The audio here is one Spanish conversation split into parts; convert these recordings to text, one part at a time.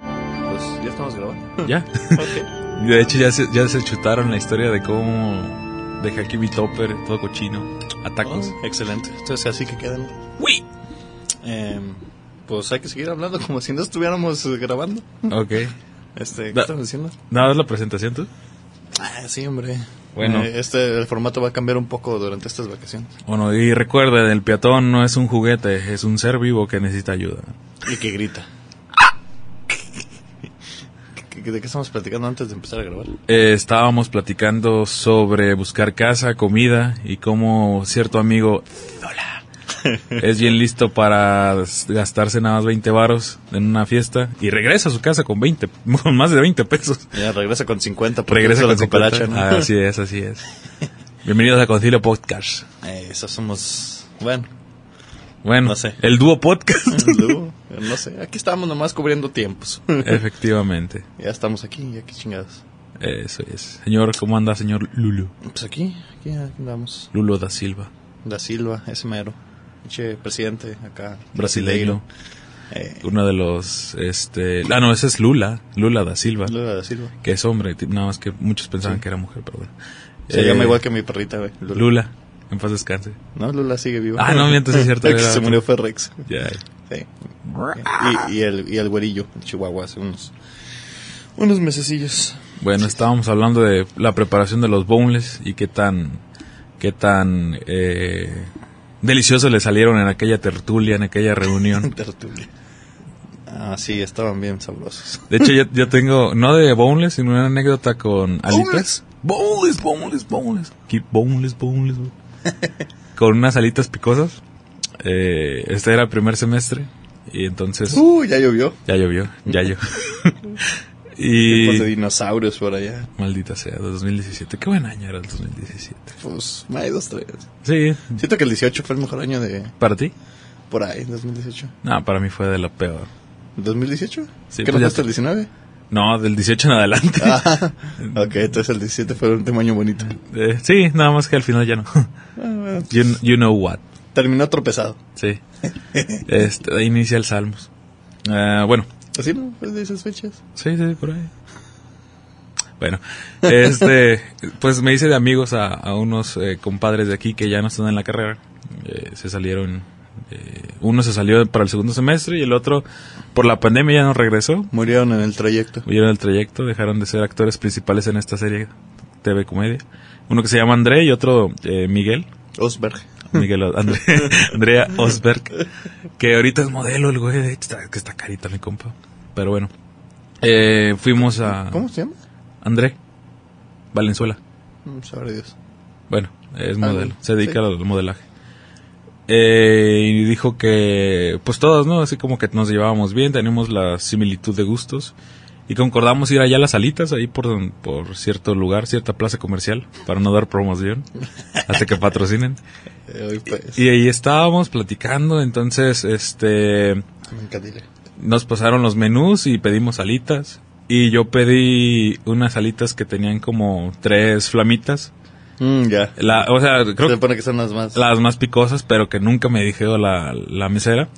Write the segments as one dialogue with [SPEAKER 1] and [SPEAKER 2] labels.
[SPEAKER 1] Pues, estamos grabando?
[SPEAKER 2] Ya. De hecho, ya se, ya se chutaron la historia de cómo dejé aquí mi topper todo cochino a tacos.
[SPEAKER 1] Oh, excelente. Entonces, así que quedan.
[SPEAKER 2] ¡Uy!
[SPEAKER 1] Eh, pues hay que seguir hablando como si no estuviéramos eh, grabando.
[SPEAKER 2] Ok.
[SPEAKER 1] Este, ¿Qué
[SPEAKER 2] Da-
[SPEAKER 1] estamos diciendo?
[SPEAKER 2] ¿Nada más la presentación tú?
[SPEAKER 1] Ah, sí, hombre.
[SPEAKER 2] Bueno.
[SPEAKER 1] Eh, este, el formato va a cambiar un poco durante estas vacaciones.
[SPEAKER 2] Bueno, y recuerden, el peatón no es un juguete, es un ser vivo que necesita ayuda.
[SPEAKER 1] Y que grita. ¿Qué- qué- ¿De qué estamos platicando antes de empezar a grabar?
[SPEAKER 2] Eh, estábamos platicando sobre buscar casa, comida y cómo cierto amigo Zola, es bien listo para s- gastarse nada más 20 varos en una fiesta y regresa a su casa con 20, con más de 20 pesos.
[SPEAKER 1] Ya, regresa con 50. porque
[SPEAKER 2] Regresa
[SPEAKER 1] hizo
[SPEAKER 2] con
[SPEAKER 1] la cucaracha,
[SPEAKER 2] 50.
[SPEAKER 1] ¿no?
[SPEAKER 2] Ah, así es, así es. Bienvenidos a Concilio Podcast.
[SPEAKER 1] Eh, eso somos... Bueno,
[SPEAKER 2] Bueno,
[SPEAKER 1] No sé.
[SPEAKER 2] el dúo podcast.
[SPEAKER 1] luego, no sé. Aquí estábamos nomás cubriendo tiempos.
[SPEAKER 2] Efectivamente.
[SPEAKER 1] ya estamos aquí, ya qué chingados.
[SPEAKER 2] Eso es. Señor, ¿cómo anda, señor Lulu?
[SPEAKER 1] Pues aquí, aquí, aquí andamos.
[SPEAKER 2] Lulo da Silva.
[SPEAKER 1] Da Silva, ese mero. Che, presidente acá.
[SPEAKER 2] Brasileiro.
[SPEAKER 1] Eh,
[SPEAKER 2] Uno de los, este... Ah, no, ese es Lula. Lula da Silva.
[SPEAKER 1] Lula da Silva.
[SPEAKER 2] Que es hombre. ti- Nada más que muchos pensaban que era mujer, pero bueno.
[SPEAKER 1] Se
[SPEAKER 2] Eh,
[SPEAKER 1] llama igual que mi perrita, güey. Lula.
[SPEAKER 2] Lula. En paz descanse.
[SPEAKER 1] No, Lula sigue viva.
[SPEAKER 2] Ah, no, miento, sí es cierto,
[SPEAKER 1] El que
[SPEAKER 2] era
[SPEAKER 1] se
[SPEAKER 2] otro.
[SPEAKER 1] murió fue Rex.
[SPEAKER 2] Ya.
[SPEAKER 1] Sí. Y, y el, y el güerillo, el chihuahua, hace unos, unos mesecillos.
[SPEAKER 2] Bueno, estábamos hablando de la preparación de los boneless y qué tan... Qué tan... Eh, deliciosos le salieron en aquella tertulia, en aquella reunión.
[SPEAKER 1] Tertulia. Ah, sí, estaban bien sabrosos.
[SPEAKER 2] De hecho, yo, yo tengo, no de boneless, sino una anécdota con alitas. Boneless, boneless, boneless. Keep boneless, boneless. bo- con unas alitas picosas. Eh, este era el primer semestre. Y entonces
[SPEAKER 1] Uh, ya llovió.
[SPEAKER 2] ya llovió, ya llovió.
[SPEAKER 1] Tiempos de
[SPEAKER 2] y...
[SPEAKER 1] dinosaurios por allá.
[SPEAKER 2] Maldita sea, 2017. Qué buen año era el 2017.
[SPEAKER 1] Pues, hay dos, tres.
[SPEAKER 2] Sí,
[SPEAKER 1] Siento que el 18 fue el mejor año de...
[SPEAKER 2] ¿para ti?
[SPEAKER 1] Por ahí, 2018.
[SPEAKER 2] No, para mí fue de lo peor.
[SPEAKER 1] ¿2018?
[SPEAKER 2] Sí,
[SPEAKER 1] ¿Qué
[SPEAKER 2] pues
[SPEAKER 1] no
[SPEAKER 2] ya
[SPEAKER 1] hasta el 19?
[SPEAKER 2] No, del 18 en adelante.
[SPEAKER 1] Ah, ok, entonces el 17 fue el último año bonito.
[SPEAKER 2] Eh, sí, nada más que al final ya no.
[SPEAKER 1] Ah, bueno,
[SPEAKER 2] you, you know what.
[SPEAKER 1] terminó tropezado.
[SPEAKER 2] Sí. Este, ahí inicia el Salmos. Ah, bueno,
[SPEAKER 1] ¿Así no? ¿Es de esas fechas?
[SPEAKER 2] sí, sí, por ahí. Bueno, este, pues me hice de amigos a, a unos eh, compadres de aquí que ya no están en la carrera. Eh, se salieron, eh, uno se salió para el segundo semestre y el otro por la pandemia ya no regresó.
[SPEAKER 1] Murieron en el trayecto.
[SPEAKER 2] Huyeron del trayecto, dejaron de ser actores principales en esta serie TV Comedia. Uno que se llama André y otro eh, Miguel.
[SPEAKER 1] Osberg.
[SPEAKER 2] Miguel O- André- Andrea Osberg, que ahorita es modelo el güey, de hecho, está- que está carita mi compa. Pero bueno, Eh, fuimos a
[SPEAKER 1] ¿Cómo se llama?
[SPEAKER 2] André Valenzuela.
[SPEAKER 1] Mm, Sabrá Dios.
[SPEAKER 2] Bueno, es
[SPEAKER 1] Ah,
[SPEAKER 2] modelo, se dedica
[SPEAKER 1] sí.
[SPEAKER 2] al modelaje. Eh, y dijo que, pues todos, ¿no? Así como que nos llevábamos bien, tenemos la similitud de gustos. Y concordamos ir allá a las alitas, ahí por, don- por cierto lugar, cierta plaza comercial, para no dar promoción, hasta que patrocinen.
[SPEAKER 1] Eh, hoy pues.
[SPEAKER 2] Y ahí estábamos platicando, entonces este
[SPEAKER 1] Me encantilé.
[SPEAKER 2] nos pasaron los menús y pedimos alitas. Y yo pedí unas alitas que tenían como tres flamitas.
[SPEAKER 1] Mm, ya.
[SPEAKER 2] La, o sea,
[SPEAKER 1] se
[SPEAKER 2] creo que
[SPEAKER 1] supone que son las más.
[SPEAKER 2] las más picosas, pero que nunca me dijo la, la mesera.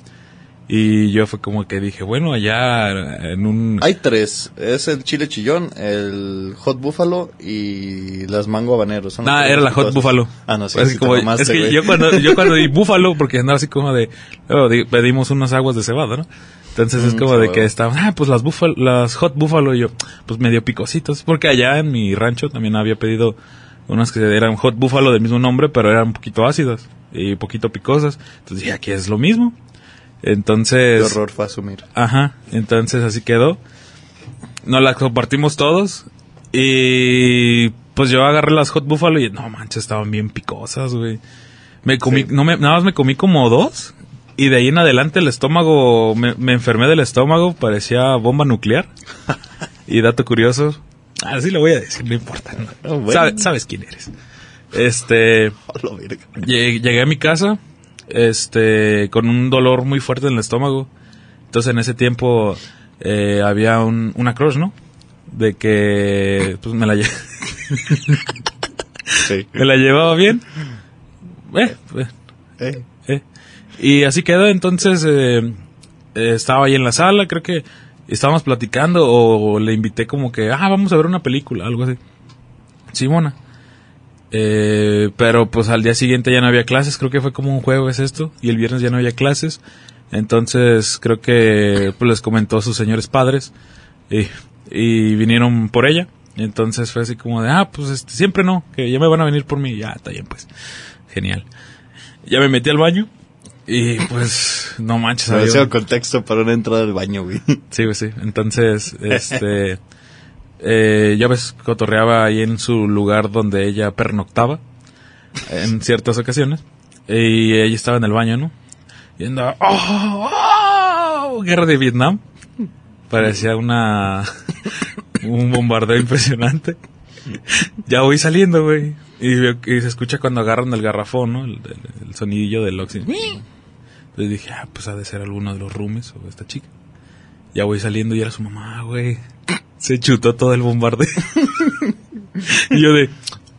[SPEAKER 2] Y yo fue como que dije, bueno, allá en un...
[SPEAKER 1] Hay tres. Es el chile chillón, el hot búfalo y las mango habaneros. Son las
[SPEAKER 2] Nah,
[SPEAKER 1] tres
[SPEAKER 2] era la
[SPEAKER 1] más
[SPEAKER 2] hot
[SPEAKER 1] picosas.
[SPEAKER 2] búfalo.
[SPEAKER 1] Ah, no, sí.
[SPEAKER 2] Es
[SPEAKER 1] sí
[SPEAKER 2] que,
[SPEAKER 1] te
[SPEAKER 2] como-
[SPEAKER 1] mamaste,
[SPEAKER 2] es que
[SPEAKER 1] güey.
[SPEAKER 2] yo cuando, yo cuando di búfalo, porque andaba así como de, luego di- pedimos unas aguas de cebada, ¿no? Entonces es
[SPEAKER 1] Mm,
[SPEAKER 2] como de
[SPEAKER 1] cebada.
[SPEAKER 2] que estaban, ah, pues las búfalo, las hot búfalo, y yo, pues medio picositos, porque allá en mi rancho también había pedido unas que eran hot búfalo del mismo nombre, pero eran un poquito ácidas y poquito picosas. Entonces dije, aquí es lo mismo.
[SPEAKER 1] Qué
[SPEAKER 2] Entonces,
[SPEAKER 1] horror fue asumir.
[SPEAKER 2] Ajá, entonces así quedó. Nos las compartimos todos. Y pues yo agarré las hot buffalo y no manches, estaban bien picosas, güey. Me comí,
[SPEAKER 1] Sí.
[SPEAKER 2] no me, nada más me comí como dos. Y de ahí en adelante el estómago, me, me enfermé del estómago, parecía bomba nuclear. y dato curioso, así Ah, lo voy a decir, no importa. ¿no?
[SPEAKER 1] Ah, bueno.
[SPEAKER 2] Sabe- sabes quién eres. Este.
[SPEAKER 1] A la verga.
[SPEAKER 2] Llegué, llegué a mi casa, este, con un dolor muy fuerte en el estómago. Entonces en ese tiempo eh, había un- una crush, ¿no? De que pues, me, la, lle-
[SPEAKER 1] Sí.
[SPEAKER 2] me la llevaba bien. Eh, eh,
[SPEAKER 1] Eh,
[SPEAKER 2] eh. Y así quedó, entonces eh, eh, estaba ahí en la sala, creo que estábamos platicando o le invité como que, ah, vamos a ver una película, algo así. Simona. Eh, pero pues al día siguiente ya no había clases, creo que fue como un jueves esto, y el viernes ya no había clases. Entonces creo que pues, les comentó a sus señores padres y, y vinieron por ella. Entonces fue así como de, ah, pues este, siempre no, que ya me van a venir por mí. Ya, está bien, pues. Genial. Ya me metí al baño y pues no manches.
[SPEAKER 1] Había sido contexto para una entrada al baño, güey.
[SPEAKER 2] Sí, güey, sí. Entonces, este, eh, ya ves, cotorreaba ahí en su lugar donde ella pernoctaba en ciertas ocasiones. Y ella estaba en el baño, ¿no? Y andaba, ¡oh! oh guerra de Vietnam. Parecía una... un bombardeo impresionante. ya voy saliendo, güey. Y, y, se escucha cuando agarran el garrafón, ¿no? El, el, el sonidillo del oxígeno. Entonces dije, ah, pues ha de ser alguno de los rumes o esta chica. Ya voy saliendo y era su mamá, güey. Se chutó todo el bombardeo. y yo de,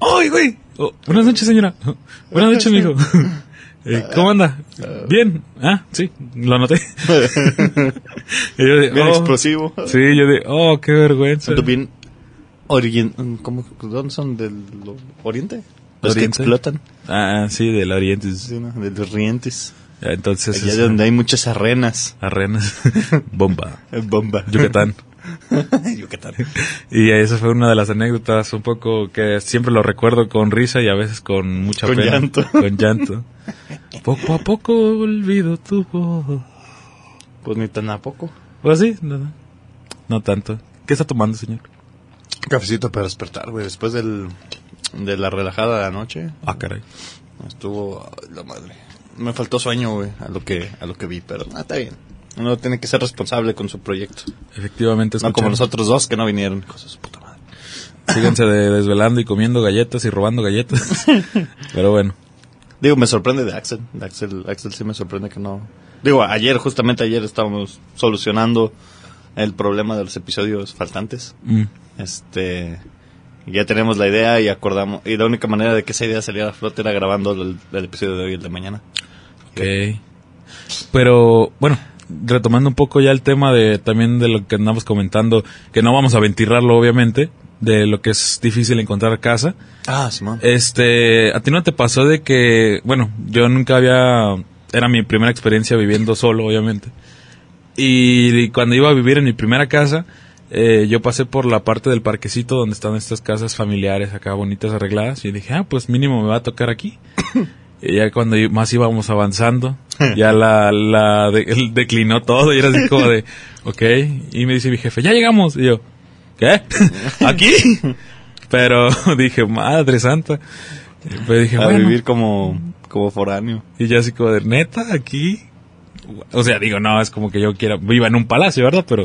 [SPEAKER 2] ¡ay, güey! Oh, buenas noches, señora. Buenas noches, mijo. Eh, ¿Cómo anda? Bien. Ah, sí, lo noté.
[SPEAKER 1] bien oh, explosivo.
[SPEAKER 2] Sí, yo de, oh, qué vergüenza.
[SPEAKER 1] Bien orien ¿Cómo? ¿Dónde son? ¿Del oriente? Los oriente? que explotan.
[SPEAKER 2] Ah, sí, del oriente.
[SPEAKER 1] Sí, no, del oriente.
[SPEAKER 2] Entonces.
[SPEAKER 1] Allá es, donde hay muchas arenas.
[SPEAKER 2] Arenas. Bomba.
[SPEAKER 1] Bomba.
[SPEAKER 2] Yucatán.
[SPEAKER 1] Yucatán.
[SPEAKER 2] Y esa fue una de las anécdotas un poco que siempre lo recuerdo con risa y a veces con mucha
[SPEAKER 1] con
[SPEAKER 2] pena.
[SPEAKER 1] Llanto.
[SPEAKER 2] Con llanto. Poco a poco olvido tu voz.
[SPEAKER 1] Pues ni tan a poco.
[SPEAKER 2] Pues sí, no, no tanto. ¿Qué está tomando, señor?
[SPEAKER 1] Cafecito para despertar, güey. Después del, de la relajada de la noche.
[SPEAKER 2] Ah, caray.
[SPEAKER 1] Estuvo ay, la madre. Me faltó sueño, güey, a lo que, a lo que vi, pero ah, está bien. Uno tiene que ser responsable con su proyecto.
[SPEAKER 2] Efectivamente,
[SPEAKER 1] No como nosotros dos que no vinieron. Cosas puta madre.
[SPEAKER 2] Síganse de desvelando y comiendo galletas y robando galletas. Pero bueno.
[SPEAKER 1] Digo, me sorprende de Axel. De Axel, Axel sí me sorprende que no. Digo, ayer, justamente ayer estábamos solucionando el problema de los episodios faltantes.
[SPEAKER 2] Mm.
[SPEAKER 1] Este. Ya tenemos la idea y acordamos. Y la única manera de que esa idea saliera a flote era grabando el, el episodio de hoy, el de mañana.
[SPEAKER 2] Ok. Pero, bueno, retomando un poco ya el tema de también de lo que andamos comentando, que no vamos a ventirrarlo obviamente, de lo que es difícil encontrar casa.
[SPEAKER 1] Ah, Simón.
[SPEAKER 2] Este, a ti no te pasó de que, bueno, yo nunca había era mi primera experiencia viviendo solo, obviamente. Y, y cuando iba a vivir en mi primera casa, eh, yo pasé por la parte del parquecito donde están estas casas familiares acá bonitas arregladas y dije, ah, pues mínimo me va a tocar aquí. Y ya cuando más íbamos avanzando, ya la, la de, declinó todo y era así como de, ok. Y me dice mi jefe, ya llegamos. Y yo, ¿qué? ¿Aquí? Pero dije, madre santa. Pues dije,
[SPEAKER 1] a
[SPEAKER 2] bueno.
[SPEAKER 1] vivir como, como foráneo.
[SPEAKER 2] Y ya así como de, neta, aquí. O sea, digo, no, es como que yo quiera, viva en un palacio, ¿verdad? Pero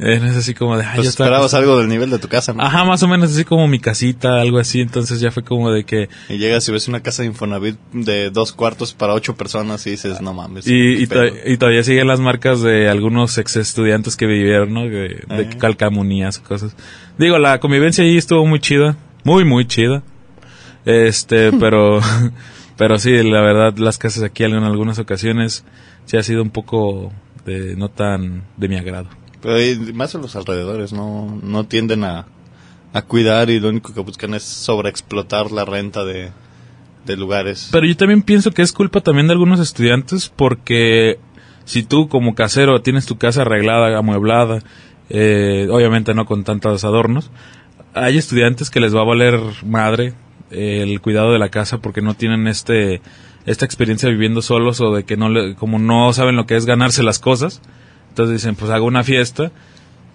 [SPEAKER 2] eh, es así como de, ay,
[SPEAKER 1] pues
[SPEAKER 2] ya está, Ah.
[SPEAKER 1] esperabas
[SPEAKER 2] ya está.
[SPEAKER 1] algo del nivel de tu casa, ¿no?
[SPEAKER 2] Ajá, más o menos así como mi casita, algo así. Entonces ya fue como de que.
[SPEAKER 1] Y llegas y ves una casa de Infonavit de dos cuartos para ocho personas y dices, no mames.
[SPEAKER 2] Y, y,
[SPEAKER 1] pedo".
[SPEAKER 2] to- y todavía siguen las marcas de algunos ex estudiantes que vivieron, ¿no? De, de
[SPEAKER 1] Ajá.
[SPEAKER 2] calcamonías o cosas. Digo, la convivencia ahí estuvo muy chida. Muy, muy chida. Este, pero. Pero sí, la verdad, las casas aquí en algunas ocasiones sí ha sido un poco de no tan de mi agrado.
[SPEAKER 1] Pero ahí, más en los alrededores, no, no tienden a, a cuidar y lo único que buscan es sobreexplotar la renta de, de lugares.
[SPEAKER 2] Pero yo también pienso que es culpa también de algunos estudiantes porque si tú como casero tienes tu casa arreglada, amueblada, eh, obviamente no con tantos adornos, hay estudiantes que les va a valer madre eh, el cuidado de la casa porque no tienen este esta experiencia viviendo solos o de que no le- como no saben lo que es ganarse las cosas, entonces dicen pues hago una fiesta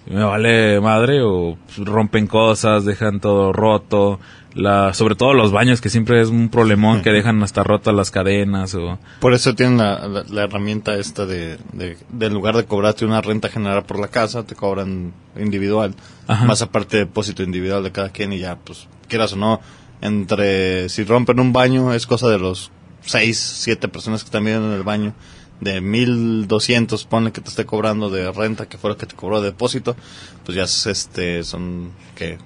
[SPEAKER 2] me vale madre o rompen cosas, dejan todo roto, la, sobre todo los baños que siempre es un problemón que dejan hasta rotas las cadenas o
[SPEAKER 1] Por eso tienen la, la- la herramienta esta de, de, de en lugar de cobrarte una renta general por la casa, te cobran individual,
[SPEAKER 2] Ajá.
[SPEAKER 1] más aparte depósito individual de cada quien y ya, pues, quieras o no, entre, si rompen un baño, es cosa de los seis, siete personas que están viviendo en el baño, de 1200, ponle que te esté cobrando de renta, que fuera que te cobró de depósito, pues ya es este, son, que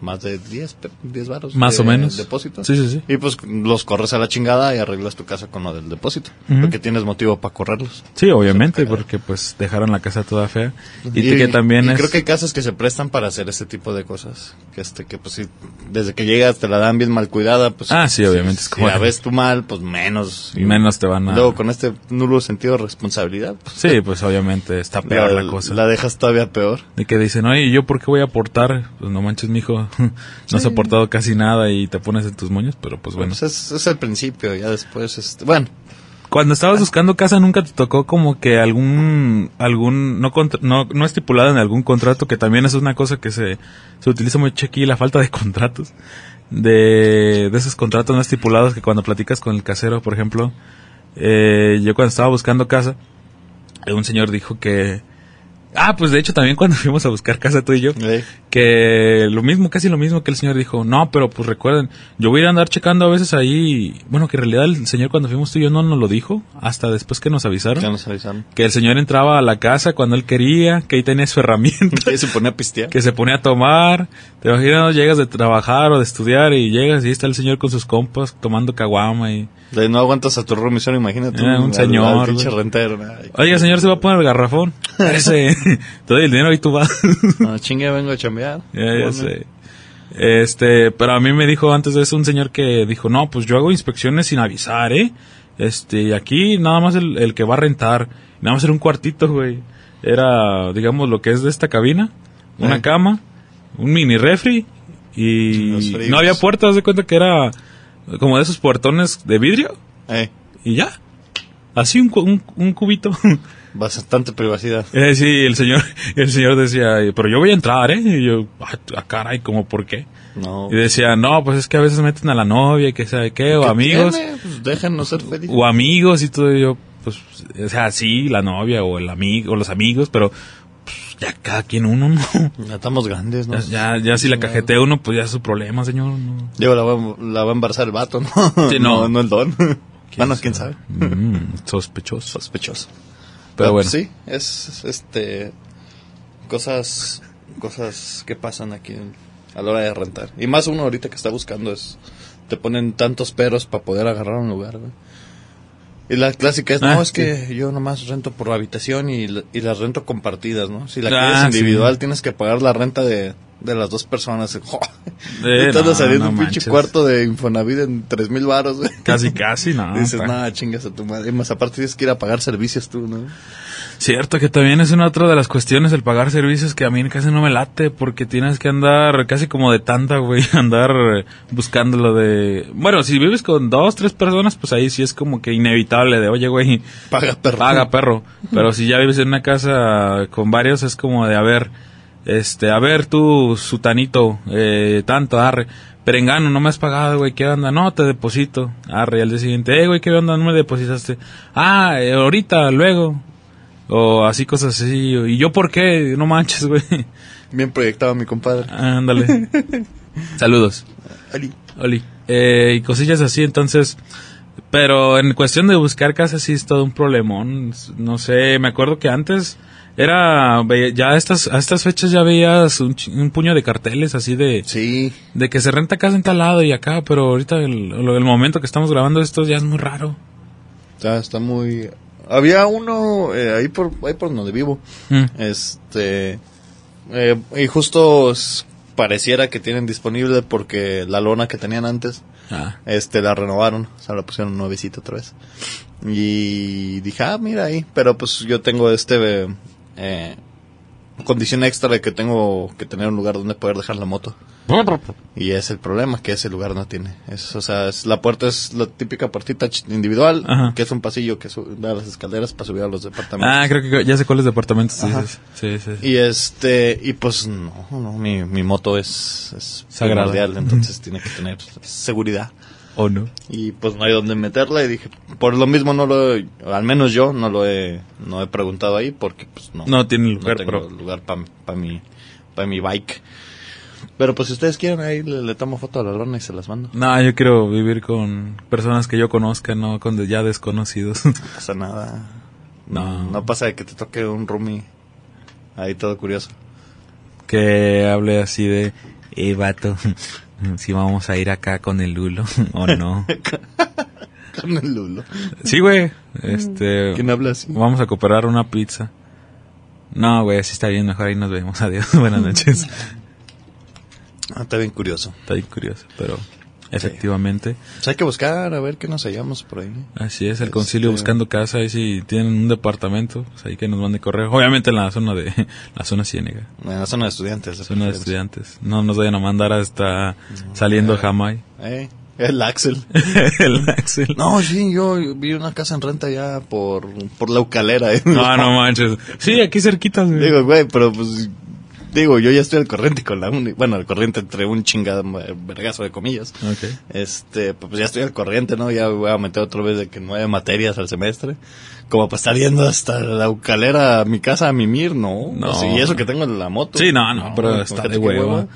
[SPEAKER 1] más de 10, pe- 10 varos.
[SPEAKER 2] Más
[SPEAKER 1] de
[SPEAKER 2] o menos.
[SPEAKER 1] Depósito.
[SPEAKER 2] Sí, sí, sí.
[SPEAKER 1] Y pues los corres a la chingada y arreglas tu casa con lo del depósito.
[SPEAKER 2] Ujú.
[SPEAKER 1] Porque tienes motivo para correrlos.
[SPEAKER 2] Sí, obviamente, porque pues dejaron la casa toda fea. Y, que también
[SPEAKER 1] y
[SPEAKER 2] es...
[SPEAKER 1] creo que hay casas que se prestan para hacer ese tipo de cosas. Que este, que pues sí, desde que llegas te la dan bien mal cuidada, pues.
[SPEAKER 2] Ah, sí,
[SPEAKER 1] si-
[SPEAKER 2] obviamente, es
[SPEAKER 1] Si,
[SPEAKER 2] como-
[SPEAKER 1] la ves tú mal, pues menos. Y
[SPEAKER 2] menos te van a...
[SPEAKER 1] Luego con este nulo sentido de responsabilidad, pues,
[SPEAKER 2] Sí, pues obviamente está peor
[SPEAKER 1] la,
[SPEAKER 2] la cosa.
[SPEAKER 1] la dejas todavía peor.
[SPEAKER 2] De que dicen, oye, ¿yo por qué voy a aportar? Pues no manches, mijo, no has aportado casi nada y te pones en tus moños, pero pues bueno.
[SPEAKER 1] Pues, es, es el principio, ya después, este, bueno,
[SPEAKER 2] Cuando estabas buscando casa, ¿nunca te tocó como que algún, algún, no, contra- no, no estipulado en algún contrato, que también es una cosa que se, se utiliza mucho aquí, la falta de contratos, de, de esos contratos no estipulados que cuando platicas con el casero, por ejemplo, eh, yo cuando estaba buscando casa, eh, un señor dijo que, ah, pues de hecho también cuando fuimos a buscar casa tú y yo,
[SPEAKER 1] eh,
[SPEAKER 2] que lo mismo, casi lo mismo que el señor dijo, no, pero pues recuerden, yo voy a ir a andar checando a veces ahí, bueno, que en realidad el señor cuando fuimos tú y yo no nos lo dijo, hasta después que nos avisaron,
[SPEAKER 1] ya nos avisaron.
[SPEAKER 2] que el señor entraba a la casa cuando él quería, que ahí tenía su herramienta,
[SPEAKER 1] Y se pone a pistear.
[SPEAKER 2] que se ponía a tomar, te imaginas, llegas de trabajar o de estudiar y llegas y ahí está el señor con sus compas tomando caguama y,
[SPEAKER 1] De no aguantas a tu room, imagínate.
[SPEAKER 2] Ah, un
[SPEAKER 1] al-
[SPEAKER 2] señor,
[SPEAKER 1] al pinche
[SPEAKER 2] güey.
[SPEAKER 1] rentero. ¿no? Ay,
[SPEAKER 2] oiga señor, se va a poner el garrafón, ese, te doy el dinero y tú vas.
[SPEAKER 1] No, Ah, chingue, vengo a chambear.
[SPEAKER 2] Ya, ya
[SPEAKER 1] Bueno.
[SPEAKER 2] sé. Este, pero a mí me dijo antes de eso un señor que dijo, no, pues yo hago inspecciones sin avisar, ¿eh? Este, y aquí nada más el, el que va a rentar, nada más era un cuartito, güey. Era, digamos, lo que es de esta cabina, una
[SPEAKER 1] Eh.
[SPEAKER 2] cama, un mini refri
[SPEAKER 1] Los
[SPEAKER 2] y
[SPEAKER 1] fríos.
[SPEAKER 2] no había puertas, haz de cuenta que era como de esos puertones de vidrio
[SPEAKER 1] Eh,
[SPEAKER 2] y ya. Así un, cu- un- un cubito.
[SPEAKER 1] bastante privacidad.
[SPEAKER 2] Eh, sí, el señor, el señor decía, pero yo voy a entrar, ¿eh? Y yo, ah, ah, caray, ¿cómo por qué?
[SPEAKER 1] No.
[SPEAKER 2] Y decía, no, pues es que a veces meten a la novia y que sabe qué, o
[SPEAKER 1] ¿Qué
[SPEAKER 2] amigos,
[SPEAKER 1] tiene? Pues déjanos ser felices.
[SPEAKER 2] o amigos y todo. y yo, pues, o sea, sí, la novia o el amigo, o los amigos, pero pues, ya cada quien uno, ¿no?
[SPEAKER 1] Ya estamos grandes, ¿no?
[SPEAKER 2] Ya, ya, ya si la cajetea uno, pues ya es su problema, señor. ¿no?
[SPEAKER 1] Digo, la va, a- la va a embarazar el vato, ¿no?
[SPEAKER 2] Sí, no.
[SPEAKER 1] no. el don. Bueno, quién sabe. Pues
[SPEAKER 2] Mm, sospechoso.
[SPEAKER 1] Sospechoso.
[SPEAKER 2] Pero bueno,
[SPEAKER 1] Ah, Sí, es, es, este. Cosas. Cosas que pasan aquí en- a la hora de rentar. Y más uno ahorita que está buscando es. Te ponen tantos peros para poder agarrar un lugar, güey. Y la clásica es,
[SPEAKER 2] Ah,
[SPEAKER 1] no, es
[SPEAKER 2] sí.
[SPEAKER 1] que yo nomás rento por habitación y, la- y las rento compartidas, ¿no? Si la
[SPEAKER 2] Ah,
[SPEAKER 1] quieres individual,
[SPEAKER 2] sí.
[SPEAKER 1] tienes que pagar la renta de, de las dos personas.
[SPEAKER 2] Eh,
[SPEAKER 1] Estás
[SPEAKER 2] no,
[SPEAKER 1] saliendo
[SPEAKER 2] no
[SPEAKER 1] un pinche
[SPEAKER 2] manches.
[SPEAKER 1] cuarto de Infonavit en tres mil baros, güey.
[SPEAKER 2] casi, casi, no.
[SPEAKER 1] Dices,
[SPEAKER 2] está-
[SPEAKER 1] nada, chingas a tu madre. Y más aparte tienes que ir a pagar servicios tú, ¿no?
[SPEAKER 2] Cierto que también es una otra de las cuestiones el pagar servicios que a mí casi no me late porque tienes que andar casi como de tanta, güey, andar eh, buscando lo de... Bueno, si vives con dos, tres personas, pues ahí sí es como que inevitable de, oye, güey,
[SPEAKER 1] Paga perro.
[SPEAKER 2] paga perro. Pero si ya vives en una casa con varios es como de, a ver, este, a ver tú, sutanito, eh, tanto, arre. Perengano, no me has pagado, güey, ¿qué onda? No, te deposito. Arre, y al día siguiente, eh, güey, ¿qué onda? No me depositaste. Ah, eh, ahorita, luego. O así, cosas así. ¿Y yo por qué? No manches, güey.
[SPEAKER 1] Bien proyectado mi compadre.
[SPEAKER 2] Ándale. Saludos.
[SPEAKER 1] Ali.
[SPEAKER 2] Oli. Eh, y cosillas así, entonces. Pero en cuestión de buscar casas sí es todo un problemón. No sé, me acuerdo que antes era. ve- Ya a estas, a estas fechas ya veías un, chi- un puño de carteles así de,
[SPEAKER 1] Sí.
[SPEAKER 2] de que se renta casa en tal lado y acá, pero ahorita el, lo- el momento que estamos grabando esto ya es muy raro.
[SPEAKER 1] Está, está muy... Había uno eh, ahí, por, ahí por donde vivo.
[SPEAKER 2] Mm.
[SPEAKER 1] Este... eh, y justo s- pareciera que tienen disponible porque la lona que tenían antes,
[SPEAKER 2] Ah,
[SPEAKER 1] este, la renovaron. O sea, la pusieron nuevecita otra vez. Y dije, ah, mira ahí. Pero pues yo tengo este... eh, eh, condición extra de que tengo que tener un lugar donde poder dejar la moto. Y es el problema que ese lugar no tiene. Es, o sea, es- la puerta es la típica puertita ch- individual,
[SPEAKER 2] Ajá.
[SPEAKER 1] que es un pasillo que sube a las escaleras para subir a los departamentos.
[SPEAKER 2] Ah, creo que ya sé cuáles departamentos dices. Sí, sí, sí.
[SPEAKER 1] Y este, y pues no, no, mi, mi moto es, es
[SPEAKER 2] Sagrada.
[SPEAKER 1] primordial, entonces tiene que tener pues, seguridad.
[SPEAKER 2] ¿O no?
[SPEAKER 1] Y pues no hay dónde meterla y dije, por lo mismo no lo, he- al menos yo no lo he, no he preguntado ahí porque pues no.
[SPEAKER 2] No tiene lugar,
[SPEAKER 1] no tengo
[SPEAKER 2] pero.
[SPEAKER 1] lugar para mi, pa mi bike. Pero pues si ustedes quieren ahí le, le tomo foto a la lona y se las mando.
[SPEAKER 2] No, yo quiero vivir con personas que yo conozca, no con de- ya desconocidos.
[SPEAKER 1] pasa nada.
[SPEAKER 2] No.
[SPEAKER 1] No. No pasa de que te toque un roomie ahí todo curioso.
[SPEAKER 2] que hable así de eh, vato, si vamos a ir acá con el Lulo o no.
[SPEAKER 1] Con el Lulo.
[SPEAKER 2] Sí, güey. Este,
[SPEAKER 1] ¿Quién habla así?
[SPEAKER 2] vamos a cooperar una pizza. No, güey, así está bien, mejor ahí nos vemos. Adiós, buenas noches.
[SPEAKER 1] Ah, está bien curioso.
[SPEAKER 2] Está bien curioso, pero efectivamente.
[SPEAKER 1] Pues hay que buscar a ver qué nos hallamos por ahí.
[SPEAKER 2] Así es, el concilio
[SPEAKER 1] Este-
[SPEAKER 2] buscando casa. Ahí si tienen un departamento, pues ahí que nos mande correo. Obviamente en la zona de la zona ciénega,
[SPEAKER 1] En la zona de estudiantes. de
[SPEAKER 2] zona de
[SPEAKER 1] preferencia.
[SPEAKER 2] estudiantes. No nos vayan a mandar hasta saliendo Jamai.
[SPEAKER 1] Eh, el Axel.
[SPEAKER 2] el Axel.
[SPEAKER 1] No, sí, yo vi una casa en renta ya por, por la ucalera. eh.
[SPEAKER 2] No, Ah, no manches. Sí, aquí cerquitas, güey.
[SPEAKER 1] Digo, güey, pero pues. Digo, yo ya estoy al corriente con la uni. Bueno, al corriente entre un chingado vergazo de comillas.
[SPEAKER 2] Ok.
[SPEAKER 1] Este, pues ya estoy al corriente, ¿no? Ya voy a meter otra vez de que nueve materias al semestre. Como para estar yendo hasta la ucalera a mi casa a mimir, no.
[SPEAKER 2] No.
[SPEAKER 1] O sea, y eso que tengo en la moto.
[SPEAKER 2] Sí, no, no, pero
[SPEAKER 1] güey,
[SPEAKER 2] está
[SPEAKER 1] fíjate qué
[SPEAKER 2] de hueva.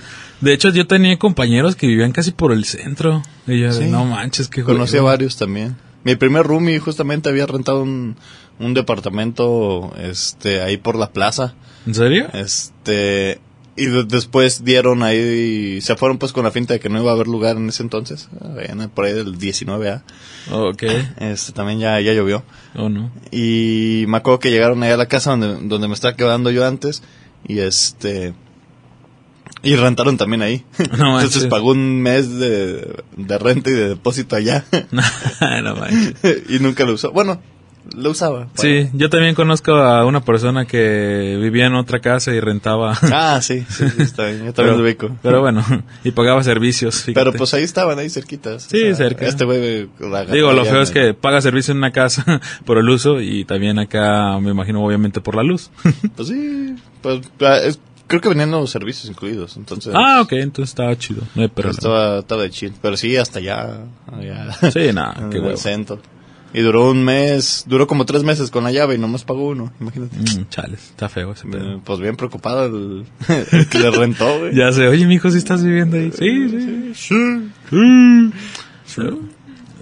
[SPEAKER 2] De hecho, yo tenía compañeros que vivían casi por el centro. Y yo,
[SPEAKER 1] Sí.
[SPEAKER 2] no manches, que
[SPEAKER 1] Conocí a varios también. Mi primer roomie justamente había rentado un, un departamento, este, ahí por la plaza.
[SPEAKER 2] ¿En serio?
[SPEAKER 1] Eh. Este. Y de- después dieron ahí. Se fueron pues con la finta de que no iba a haber lugar en ese entonces. en- Por ahí del 19A.
[SPEAKER 2] Ok,
[SPEAKER 1] Este también ya, ya llovió.
[SPEAKER 2] o no.
[SPEAKER 1] Y me acuerdo que llegaron ahí a la casa donde, donde me estaba quedando yo antes. Y este. Y rentaron también ahí. Entonces
[SPEAKER 2] No manches.
[SPEAKER 1] pagó un mes de, de renta y de depósito allá.
[SPEAKER 2] no manches.
[SPEAKER 1] y nunca lo usó. Bueno, lo usaba.
[SPEAKER 2] Sí, yo también conozco a una persona que vivía en otra casa y rentaba.
[SPEAKER 1] Ah, sí, sí, sí, está bien. Yo también
[SPEAKER 2] pero,
[SPEAKER 1] lo ubico.
[SPEAKER 2] pero bueno, y pagaba servicios. fíjate.
[SPEAKER 1] Pero pues ahí estaban, ahí cerquitas.
[SPEAKER 2] Sí, cerca.
[SPEAKER 1] Este güey. la agarró
[SPEAKER 2] Digo, lo
[SPEAKER 1] ya
[SPEAKER 2] feo
[SPEAKER 1] en
[SPEAKER 2] es
[SPEAKER 1] el-
[SPEAKER 2] que paga servicio en una casa por el uso y también acá, me imagino, obviamente por la luz.
[SPEAKER 1] Pues sí, pues ah, es- creo que venían los servicios incluidos, entonces.
[SPEAKER 2] ah, ok, entonces estaba chido. No hay problema.
[SPEAKER 1] pues Estaba, estaba de chill, pero sí, hasta allá. allá
[SPEAKER 2] Sí, nada,
[SPEAKER 1] en
[SPEAKER 2] qué
[SPEAKER 1] el
[SPEAKER 2] huevo.
[SPEAKER 1] centro. Y duró un mes, duró como tres meses con la llave y nomás pagó uno, imagínate.
[SPEAKER 2] Mm, chales, está feo ese pedo.
[SPEAKER 1] Eh, Pues bien preocupado el, el que le rentó, güey.
[SPEAKER 2] Ya sé, oye, mijo, si estás viviendo ahí. Sí, sí.
[SPEAKER 1] Sí.
[SPEAKER 2] Pero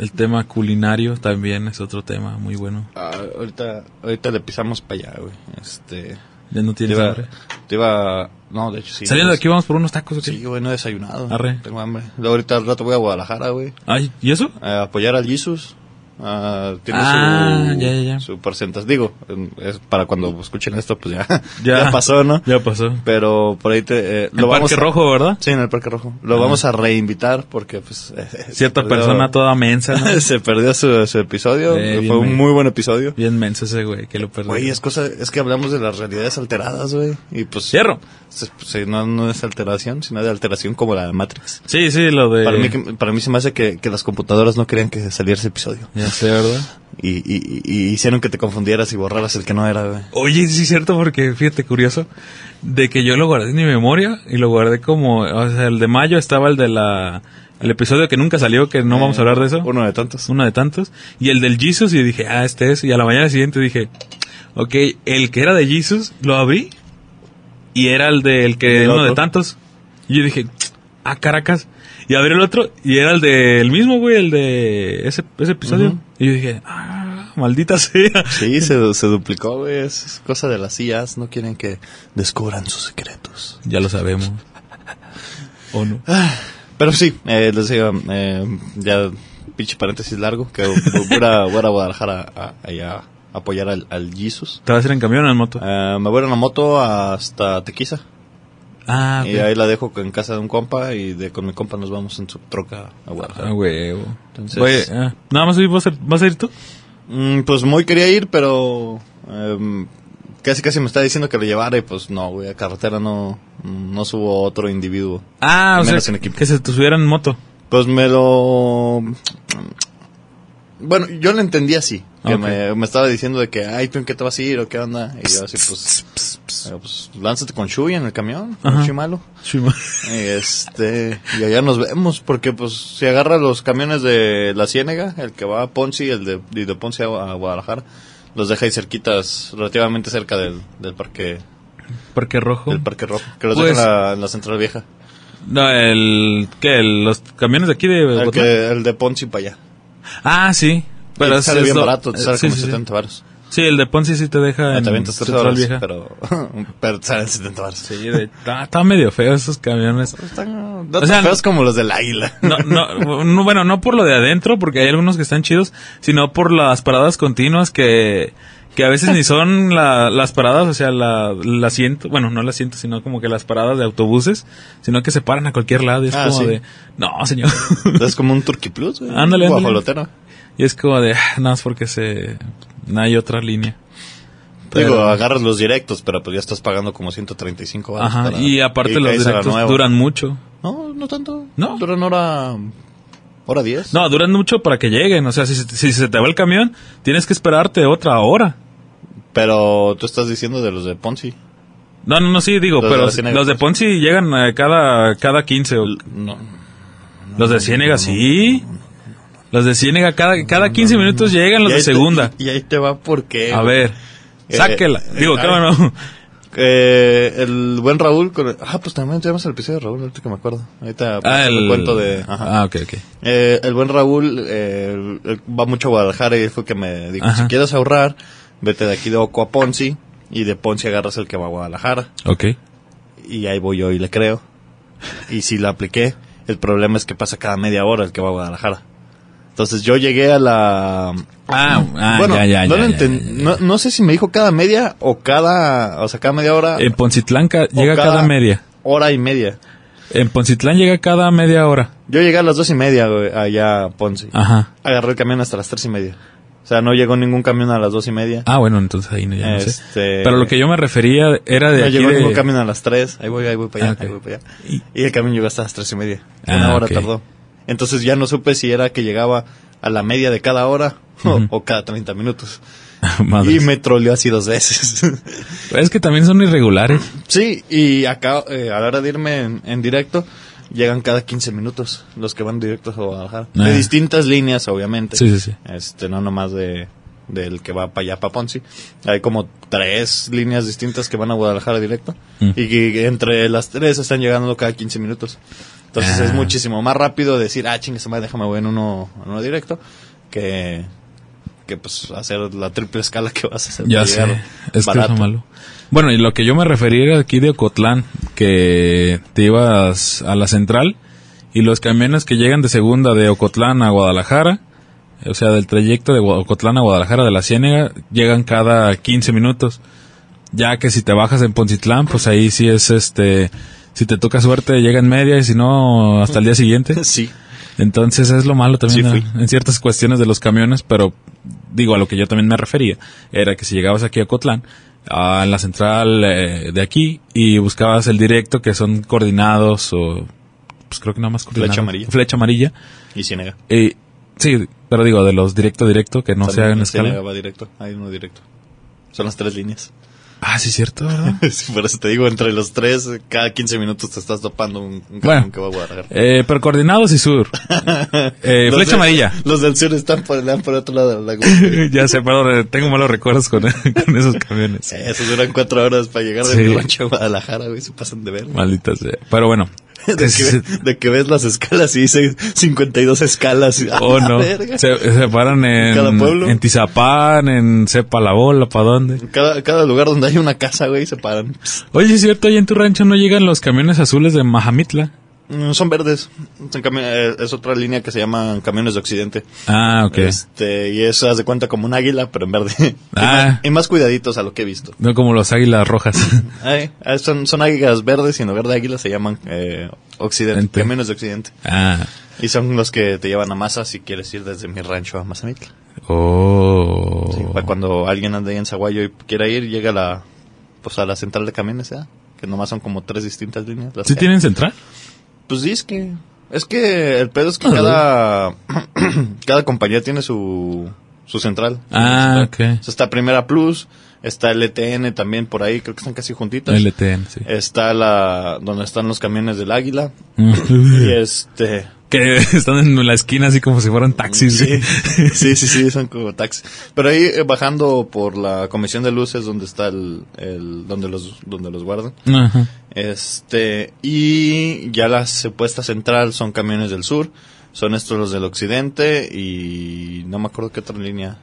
[SPEAKER 2] El tema culinario también es otro tema muy bueno.
[SPEAKER 1] Ah, ahorita, ahorita le pisamos para allá, güey. Este.
[SPEAKER 2] Ya no
[SPEAKER 1] Te
[SPEAKER 2] tienes
[SPEAKER 1] iba,
[SPEAKER 2] hambre.
[SPEAKER 1] te iba- No, de hecho sí.
[SPEAKER 2] Saliendo de
[SPEAKER 1] pues,
[SPEAKER 2] aquí vamos por unos tacos, ¿o qué?
[SPEAKER 1] Sí, güey, no he desayunado.
[SPEAKER 2] Arre.
[SPEAKER 1] Tengo hambre. Luego ahorita al rato voy a Guadalajara, güey.
[SPEAKER 2] Ay, ¿y eso?
[SPEAKER 1] a apoyar al Jesus. Ah, tiene
[SPEAKER 2] Ah,
[SPEAKER 1] su,
[SPEAKER 2] ya, ya, ya.
[SPEAKER 1] su porcentaje. Digo, es para cuando escuchen esto, pues ya,
[SPEAKER 2] Ya.
[SPEAKER 1] ya. pasó, ¿no?
[SPEAKER 2] Ya pasó.
[SPEAKER 1] Pero por ahí te, eh,
[SPEAKER 2] El Parque
[SPEAKER 1] a-
[SPEAKER 2] Rojo, ¿verdad?
[SPEAKER 1] Sí, en el Parque Rojo. Lo
[SPEAKER 2] Ajá.
[SPEAKER 1] vamos a reinvitar porque, pues. eh, eh,
[SPEAKER 2] Cierta
[SPEAKER 1] se perdió-
[SPEAKER 2] persona toda mensa, ¿no?
[SPEAKER 1] se perdió su, su episodio.
[SPEAKER 2] Eh, bien,
[SPEAKER 1] Fue un
[SPEAKER 2] bien.
[SPEAKER 1] muy buen episodio.
[SPEAKER 2] Bien mensa ese güey, que lo perdió.
[SPEAKER 1] Güey, es cosa, es que hablamos de las realidades alteradas, güey. Y pues.
[SPEAKER 2] Cierro.
[SPEAKER 1] se- se- no, no es alteración, sino de alteración como la de Matrix.
[SPEAKER 2] Sí, sí, lo de...
[SPEAKER 1] Para, mí, que- para mí se me hace que, que las computadoras no querían que saliera ese episodio.
[SPEAKER 2] Ya sé, ¿verdad?
[SPEAKER 1] Y, y- y hicieron que te confundieras y borraras el que no era, güey.
[SPEAKER 2] Oye, sí, cierto, porque fíjate, curioso, de que yo lo guardé en mi memoria y lo guardé como... O sea, el de mayo estaba el de la... El episodio que nunca salió, que no vamos a hablar de eso.
[SPEAKER 1] Uno de tantos.
[SPEAKER 2] uno de tantos. Y el del Jesus, y dije, ah, este es. Y a la mañana siguiente dije, ok, el que era de Jesus, lo abrí. Y era el del que
[SPEAKER 1] El
[SPEAKER 2] uno
[SPEAKER 1] otro.
[SPEAKER 2] de tantos. Y yo dije, ah, caracas. Y abrí el otro, y era el del mismo, güey, el de ese, ese episodio.
[SPEAKER 1] Ujú.
[SPEAKER 2] Y yo dije, ah, maldita sea.
[SPEAKER 1] Sí, se, se duplicó, güey. Es es cosa de las IAs. No quieren que descubran sus secretos.
[SPEAKER 2] Ya lo sabemos. ¿O no?
[SPEAKER 1] Pero sí, eh, les digo, eh, ya pinche paréntesis largo, que voy a, voy a Guadalajara a, ahí a apoyar al, al Jesus.
[SPEAKER 2] ¿Te vas a ir en camión o en moto?
[SPEAKER 1] Eh, me voy en la moto hasta Tequiza.
[SPEAKER 2] Ah,
[SPEAKER 1] Y
[SPEAKER 2] ok.
[SPEAKER 1] ahí la dejo en casa de un compa y de, con mi compa nos vamos en su troca a Guadalajara.
[SPEAKER 2] Ah, huevo.
[SPEAKER 1] Entonces-
[SPEAKER 2] Oye, ah, nada más hoy vas a, vas a ir tú.
[SPEAKER 1] Mm, pues muy quería ir, pero em, casi casi me está diciendo que lo llevara y pues no, güey, a carretera no, no subo a otro individuo.
[SPEAKER 2] Ah, o sea,
[SPEAKER 1] Menos en equipo.
[SPEAKER 2] que se te subieran en moto.
[SPEAKER 1] Pues me lo... Bueno, yo lo entendí así. Que
[SPEAKER 2] Ok.
[SPEAKER 1] me, me estaba diciendo de que, ay, ¿tú en qué te vas a ir o qué onda? Y yo así, pues, eh, pues lánzate con Shui en el camión, con
[SPEAKER 2] Ajá.
[SPEAKER 1] Shimalo.
[SPEAKER 2] Sí, ma-
[SPEAKER 1] Y Este, y allá nos vemos, porque pues se agarra los camiones de la Ciénega, el que va a Ponce y el de, y de Ponce a, Gua- a Guadalajara, los deja ahí cerquitas, relativamente cerca del, del parque,
[SPEAKER 2] Parque Rojo.
[SPEAKER 1] del parque rojo, que los
[SPEAKER 2] Pues-
[SPEAKER 1] deja en la, en la central vieja,
[SPEAKER 2] No, el. ¿Qué? El- los camiones de aquí de
[SPEAKER 1] el,
[SPEAKER 2] Bogotá.
[SPEAKER 1] que, el de Ponce para allá.
[SPEAKER 2] Ah, sí. Pero
[SPEAKER 1] Y te
[SPEAKER 2] es-
[SPEAKER 1] sale
[SPEAKER 2] es
[SPEAKER 1] bien
[SPEAKER 2] lo-
[SPEAKER 1] barato, te
[SPEAKER 2] eh,
[SPEAKER 1] sale
[SPEAKER 2] sí,
[SPEAKER 1] como
[SPEAKER 2] sí, sí.
[SPEAKER 1] 70 varos.
[SPEAKER 2] Sí, el de Ponzi sí te deja
[SPEAKER 1] Ah,
[SPEAKER 2] en
[SPEAKER 1] te avientas tres
[SPEAKER 2] Central
[SPEAKER 1] horas,
[SPEAKER 2] Vieja.
[SPEAKER 1] pero, pero te salen 70 horas.
[SPEAKER 2] Sí, de- está, está medio feo esos camiones.
[SPEAKER 1] Están,
[SPEAKER 2] O sea,
[SPEAKER 1] tan feos como los del águila.
[SPEAKER 2] No, no, no, bueno, no por lo de adentro, porque hay algunos que están chidos, sino por las paradas continuas que, que a veces ni son la- las paradas, o sea, la, el asiento, bueno, no el asiento, sino como que las paradas de autobuses, sino que se paran a cualquier lado y es
[SPEAKER 1] Ah,
[SPEAKER 2] como
[SPEAKER 1] sí.
[SPEAKER 2] de, no, señor.
[SPEAKER 1] Es como un Turkey Plus, güey.
[SPEAKER 2] Ándale, ándale.
[SPEAKER 1] Guajolotero.
[SPEAKER 2] y es como de, "Ah, no, es porque se, no hay otra línea. Pero-
[SPEAKER 1] Digo, ah, agarras los directos, pero pues ya estás pagando como 135 baros
[SPEAKER 2] Ajá,
[SPEAKER 1] para-
[SPEAKER 2] y aparte los
[SPEAKER 1] caes a la
[SPEAKER 2] directos
[SPEAKER 1] nueva.
[SPEAKER 2] duran mucho.
[SPEAKER 1] No, no tanto.
[SPEAKER 2] ¿No?
[SPEAKER 1] Duran hora... Hora 10.
[SPEAKER 2] No, duran mucho para que lleguen, o sea, si, se- si se te va el camión, tienes que esperarte otra hora.
[SPEAKER 1] Pero tú estás diciendo de los de Ponzi.
[SPEAKER 2] No, no, no, sí, digo,
[SPEAKER 1] Los de
[SPEAKER 2] pero
[SPEAKER 1] las Ciénegas,
[SPEAKER 2] los de
[SPEAKER 1] pues.
[SPEAKER 2] Ponzi llegan eh, cada, cada 15. o-
[SPEAKER 1] No.
[SPEAKER 2] los de Ciénega, sí. Los de Ciénega, cada, cada 15 minutos llegan los
[SPEAKER 1] Y
[SPEAKER 2] de
[SPEAKER 1] ahí te-
[SPEAKER 2] segunda.
[SPEAKER 1] y ahí te va porque...
[SPEAKER 2] A ver,
[SPEAKER 1] Eh,
[SPEAKER 2] sáquela.
[SPEAKER 1] eh,
[SPEAKER 2] Digo,
[SPEAKER 1] ay.
[SPEAKER 2] claro, no.
[SPEAKER 1] Eh, el buen Raúl... Con Ah, pues también tenemos el episodio de Raúl, ahorita que me acuerdo. Ahorita
[SPEAKER 2] Ah,
[SPEAKER 1] el
[SPEAKER 2] el
[SPEAKER 1] cuento de... Ajá.
[SPEAKER 2] Ah, ok, ok.
[SPEAKER 1] Eh, el buen Raúl eh, el- el- va mucho a Guadalajara y él fue que me dijo,
[SPEAKER 2] Ajá.
[SPEAKER 1] si quieres ahorrar, vete de aquí de Oco a Ponzi y de Ponzi agarras el que va a Guadalajara.
[SPEAKER 2] Ok.
[SPEAKER 1] Y ahí voy yo y le creo. Y si la apliqué, el problema es que pasa cada media hora el que va a Guadalajara. Entonces yo llegué a la...
[SPEAKER 2] Ah, ah,
[SPEAKER 1] bueno,
[SPEAKER 2] ya, ya,
[SPEAKER 1] no,
[SPEAKER 2] ya,
[SPEAKER 1] lo
[SPEAKER 2] ya,
[SPEAKER 1] enten-
[SPEAKER 2] ya, ya.
[SPEAKER 1] No, no sé si me dijo cada media o cada... O sea, cada media hora,
[SPEAKER 2] En Poncitlanca Eh, llega cada,
[SPEAKER 1] cada-
[SPEAKER 2] media.
[SPEAKER 1] hora y media.
[SPEAKER 2] En Poncitlán llega cada media hora.
[SPEAKER 1] Yo llegué a las dos y media güey, allá a Ponzi.
[SPEAKER 2] Ajá.
[SPEAKER 1] Agarré el camión hasta las tres y media. O sea, no llegó ningún camión a las dos y media.
[SPEAKER 2] Ah, bueno, entonces ahí no, ya no sé.
[SPEAKER 1] Este-
[SPEAKER 2] Pero lo que yo me refería era de
[SPEAKER 1] no
[SPEAKER 2] aquí
[SPEAKER 1] llegó
[SPEAKER 2] de-
[SPEAKER 1] ningún camión a las tres. Ahí voy, ahí voy para allá,
[SPEAKER 2] Ah, ok.
[SPEAKER 1] ahí voy para allá.
[SPEAKER 2] Y-
[SPEAKER 1] Y el camión llegó hasta las tres y media.
[SPEAKER 2] Ah,
[SPEAKER 1] Una hora
[SPEAKER 2] ok.
[SPEAKER 1] tardó. Entonces ya no supe si era que llegaba a la media de cada hora o- o, cada 30 minutos.
[SPEAKER 2] Madres.
[SPEAKER 1] Y me troleó así dos veces.
[SPEAKER 2] Es que también son irregulares.
[SPEAKER 1] sí, y acá, eh, a la hora de irme en, en directo, llegan cada 15 minutos los que van directos a Guadalajara.
[SPEAKER 2] Ah.
[SPEAKER 1] De distintas líneas, obviamente.
[SPEAKER 2] Sí, sí, sí.
[SPEAKER 1] Este, no nomás de del que va para allá, para Ponzi. Hay como tres líneas distintas que van a Guadalajara directo.
[SPEAKER 2] Mm.
[SPEAKER 1] Y que entre las tres están llegando cada 15 minutos. Entonces
[SPEAKER 2] Ah.
[SPEAKER 1] es muchísimo más rápido decir, ah, chingue, su madre, déjame voy en uno, en uno directo, que, que pues hacer la triple escala que vas a hacer.
[SPEAKER 2] Ya
[SPEAKER 1] para
[SPEAKER 2] sé,
[SPEAKER 1] llegar
[SPEAKER 2] es que es
[SPEAKER 1] barato.
[SPEAKER 2] lo malo. Bueno, y lo que yo me refería era aquí de Ocotlán, que te ibas a la central y los camiones que llegan de segunda de Ocotlán a Guadalajara, o sea, del trayecto de Gua- Ocotlán a Guadalajara de la Ciénega, llegan cada 15 minutos. Ya que si te bajas en Poncitlán, pues ahí sí es este, si te toca suerte llega en media y si no, hasta el día siguiente.
[SPEAKER 1] Sí.
[SPEAKER 2] Entonces es lo malo también
[SPEAKER 1] Sí,
[SPEAKER 2] ¿no? en ciertas cuestiones de los camiones, pero digo a lo que yo también me refería, era que si llegabas aquí a Cotlán, a la central eh, de aquí y buscabas el directo que son coordinados o pues creo que nada más coordinados.
[SPEAKER 1] amarilla.
[SPEAKER 2] Flecha amarilla.
[SPEAKER 1] Y Ciénaga.
[SPEAKER 2] Y, sí, pero digo de los directo a directo que no se
[SPEAKER 1] También
[SPEAKER 2] hagan
[SPEAKER 1] en
[SPEAKER 2] escala.
[SPEAKER 1] Ciénaga va directo, hay uno directo. Son las tres líneas.
[SPEAKER 2] Ah, sí, cierto, ¿verdad?
[SPEAKER 1] Sí, Por eso te digo, entre los tres, cada 15 minutos te estás topando un, un camión
[SPEAKER 2] Bueno.
[SPEAKER 1] que va a Guadalajara.
[SPEAKER 2] Eh, pero coordinados y sur. Eh,
[SPEAKER 1] Los
[SPEAKER 2] flecha
[SPEAKER 1] del-
[SPEAKER 2] amarilla.
[SPEAKER 1] Los del sur están por, le dan por otro lado de la laguna.
[SPEAKER 2] ya sé, pero eh, tengo malos recuerdos con, con esos camiones.
[SPEAKER 1] Sí, Eso duran cuatro horas para llegar de
[SPEAKER 2] Sí.
[SPEAKER 1] Nueva York a Guadalajara, güey. Se pasan de ver.
[SPEAKER 2] Maldita sea. Pero bueno.
[SPEAKER 1] De que,
[SPEAKER 2] se-
[SPEAKER 1] ve- de que ves las escalas y dice 52 escalas. y-
[SPEAKER 2] Oh,
[SPEAKER 1] ¡a la
[SPEAKER 2] no.
[SPEAKER 1] verga!
[SPEAKER 2] Se, se paran en,
[SPEAKER 1] cada pueblo.
[SPEAKER 2] en Tizapán, en Sepa la Bola, ¿para dónde?
[SPEAKER 1] Cada, cada lugar donde hay una casa, güey, se paran.
[SPEAKER 2] Oye, es cierto, ahí en tu rancho no llegan los camiones azules de Majamitla.
[SPEAKER 1] Mm, Son verdes. Son cami- eh, es otra línea que se llama Camiones de Occidente.
[SPEAKER 2] Ah, ok.
[SPEAKER 1] Este, y eso haz de cuenta como un águila, pero en verde. Y
[SPEAKER 2] Ah.
[SPEAKER 1] más- y más cuidaditos a lo que he visto.
[SPEAKER 2] No como los águilas rojas.
[SPEAKER 1] Ay, ah, son, son águilas verdes y en lugar de águilas se llaman eh, Occidente,
[SPEAKER 2] Ente.
[SPEAKER 1] Caminos de Occidente.
[SPEAKER 2] ah.
[SPEAKER 1] Y son los que te llevan a masa si quieres ir desde mi rancho a Mazamitla.
[SPEAKER 2] Oh.
[SPEAKER 1] Sí, para cuando alguien anda ahí en Zaguayo y quiera ir, llega a la, pues a la central de camiones, ¿eh? que nomás son como tres distintas líneas. las
[SPEAKER 2] ¿Sí
[SPEAKER 1] que-
[SPEAKER 2] tienen central?
[SPEAKER 1] Pues sí, es que, es que el pedo es que
[SPEAKER 2] Ah,
[SPEAKER 1] cada, cada compañía tiene su, su central.
[SPEAKER 2] Ah,
[SPEAKER 1] Central.
[SPEAKER 2] ok.
[SPEAKER 1] O sea, está Primera Plus, está LTN también por ahí, creo que están casi juntitas.
[SPEAKER 2] LTN, sí.
[SPEAKER 1] Está la donde están los camiones del Águila y
[SPEAKER 2] Mm.
[SPEAKER 1] este
[SPEAKER 2] que están en la esquina así como si fueran taxis.
[SPEAKER 1] sí, sí, sí, sí, son como taxis. Pero ahí eh, bajando por la Comisión de Luces donde está el, el- donde los donde los guardan.
[SPEAKER 2] Ajá.
[SPEAKER 1] Este y ya la supuesta central son camiones del sur, son estos los del occidente y no me acuerdo qué otra línea.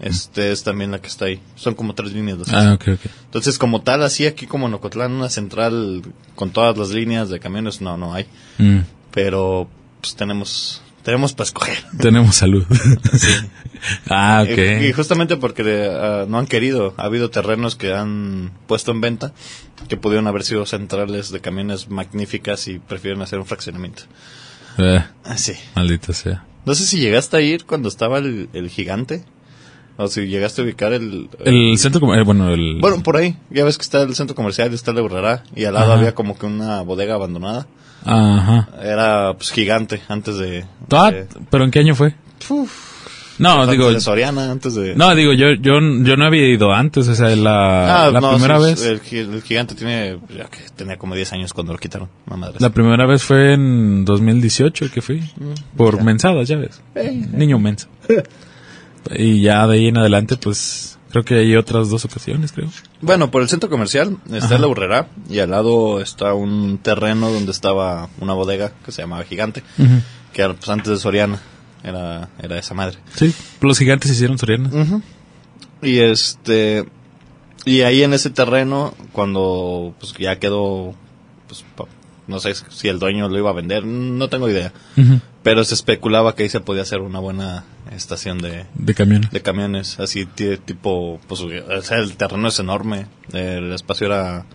[SPEAKER 1] Este es también la que está ahí. Son como tres líneas. dos.
[SPEAKER 2] Ah, ok, ok.
[SPEAKER 1] Entonces, como tal, así aquí como en Ocotlán, una central con todas las líneas de camiones, no, no hay.
[SPEAKER 2] Mm.
[SPEAKER 1] Pero pues tenemos tenemos para escoger.
[SPEAKER 2] Tenemos salud. ah, ok.
[SPEAKER 1] Y, y justamente porque ah, no han querido, ha habido terrenos que han puesto en venta que pudieron haber sido centrales de camiones magníficas y prefieren hacer un fraccionamiento.
[SPEAKER 2] Eh,
[SPEAKER 1] Así.
[SPEAKER 2] maldita sea.
[SPEAKER 1] No sé si llegaste a ir cuando estaba el, el gigante. O si llegaste a ubicar el...
[SPEAKER 2] El centro comercial, bueno, el...
[SPEAKER 1] Eh, Bueno, por ahí. Ya ves que está el centro comercial, está el de Urrará. Y al lado
[SPEAKER 2] Ajá.
[SPEAKER 1] había como que una bodega abandonada.
[SPEAKER 2] Ajá.
[SPEAKER 1] Era pues gigante antes de...
[SPEAKER 2] Ah,
[SPEAKER 1] de-
[SPEAKER 2] ¿Pero en qué año fue?
[SPEAKER 1] Eh. Uf,
[SPEAKER 2] No,
[SPEAKER 1] antes
[SPEAKER 2] digo,
[SPEAKER 1] de Soriana, antes de...
[SPEAKER 2] no, digo, yo, yo, yo no había ido antes, o sea, la,
[SPEAKER 1] Ah,
[SPEAKER 2] la
[SPEAKER 1] no,
[SPEAKER 2] primera
[SPEAKER 1] sí,
[SPEAKER 2] vez,
[SPEAKER 1] El, gi- el gigante tiene, ya que tenía como 10 años cuando lo quitaron. No madres.
[SPEAKER 2] la primera vez fue en 2018 que fui,
[SPEAKER 1] Mm,
[SPEAKER 2] por mensadas, ya ves,
[SPEAKER 1] Eh,
[SPEAKER 2] niño mensa. Y ya de ahí en adelante, pues, creo que hay otras dos ocasiones, creo.
[SPEAKER 1] Bueno, por el centro comercial está
[SPEAKER 2] Ajá.
[SPEAKER 1] la burrera y al lado está un terreno donde estaba una bodega que se llamaba Gigante, que era, pues, antes de Soriana era, era esa madre.
[SPEAKER 2] Sí, los gigantes hicieron Soriana.
[SPEAKER 1] Y este y ahí en ese terreno cuando pues ya quedó pues pa- no sé si el dueño lo iba a vender, no tengo idea,
[SPEAKER 2] Ujú.
[SPEAKER 1] pero se especulaba que ahí se podía hacer una buena estación de
[SPEAKER 2] De camión.
[SPEAKER 1] de camiones, así ti- tipo, pues o sea, el terreno es enorme, el espacio era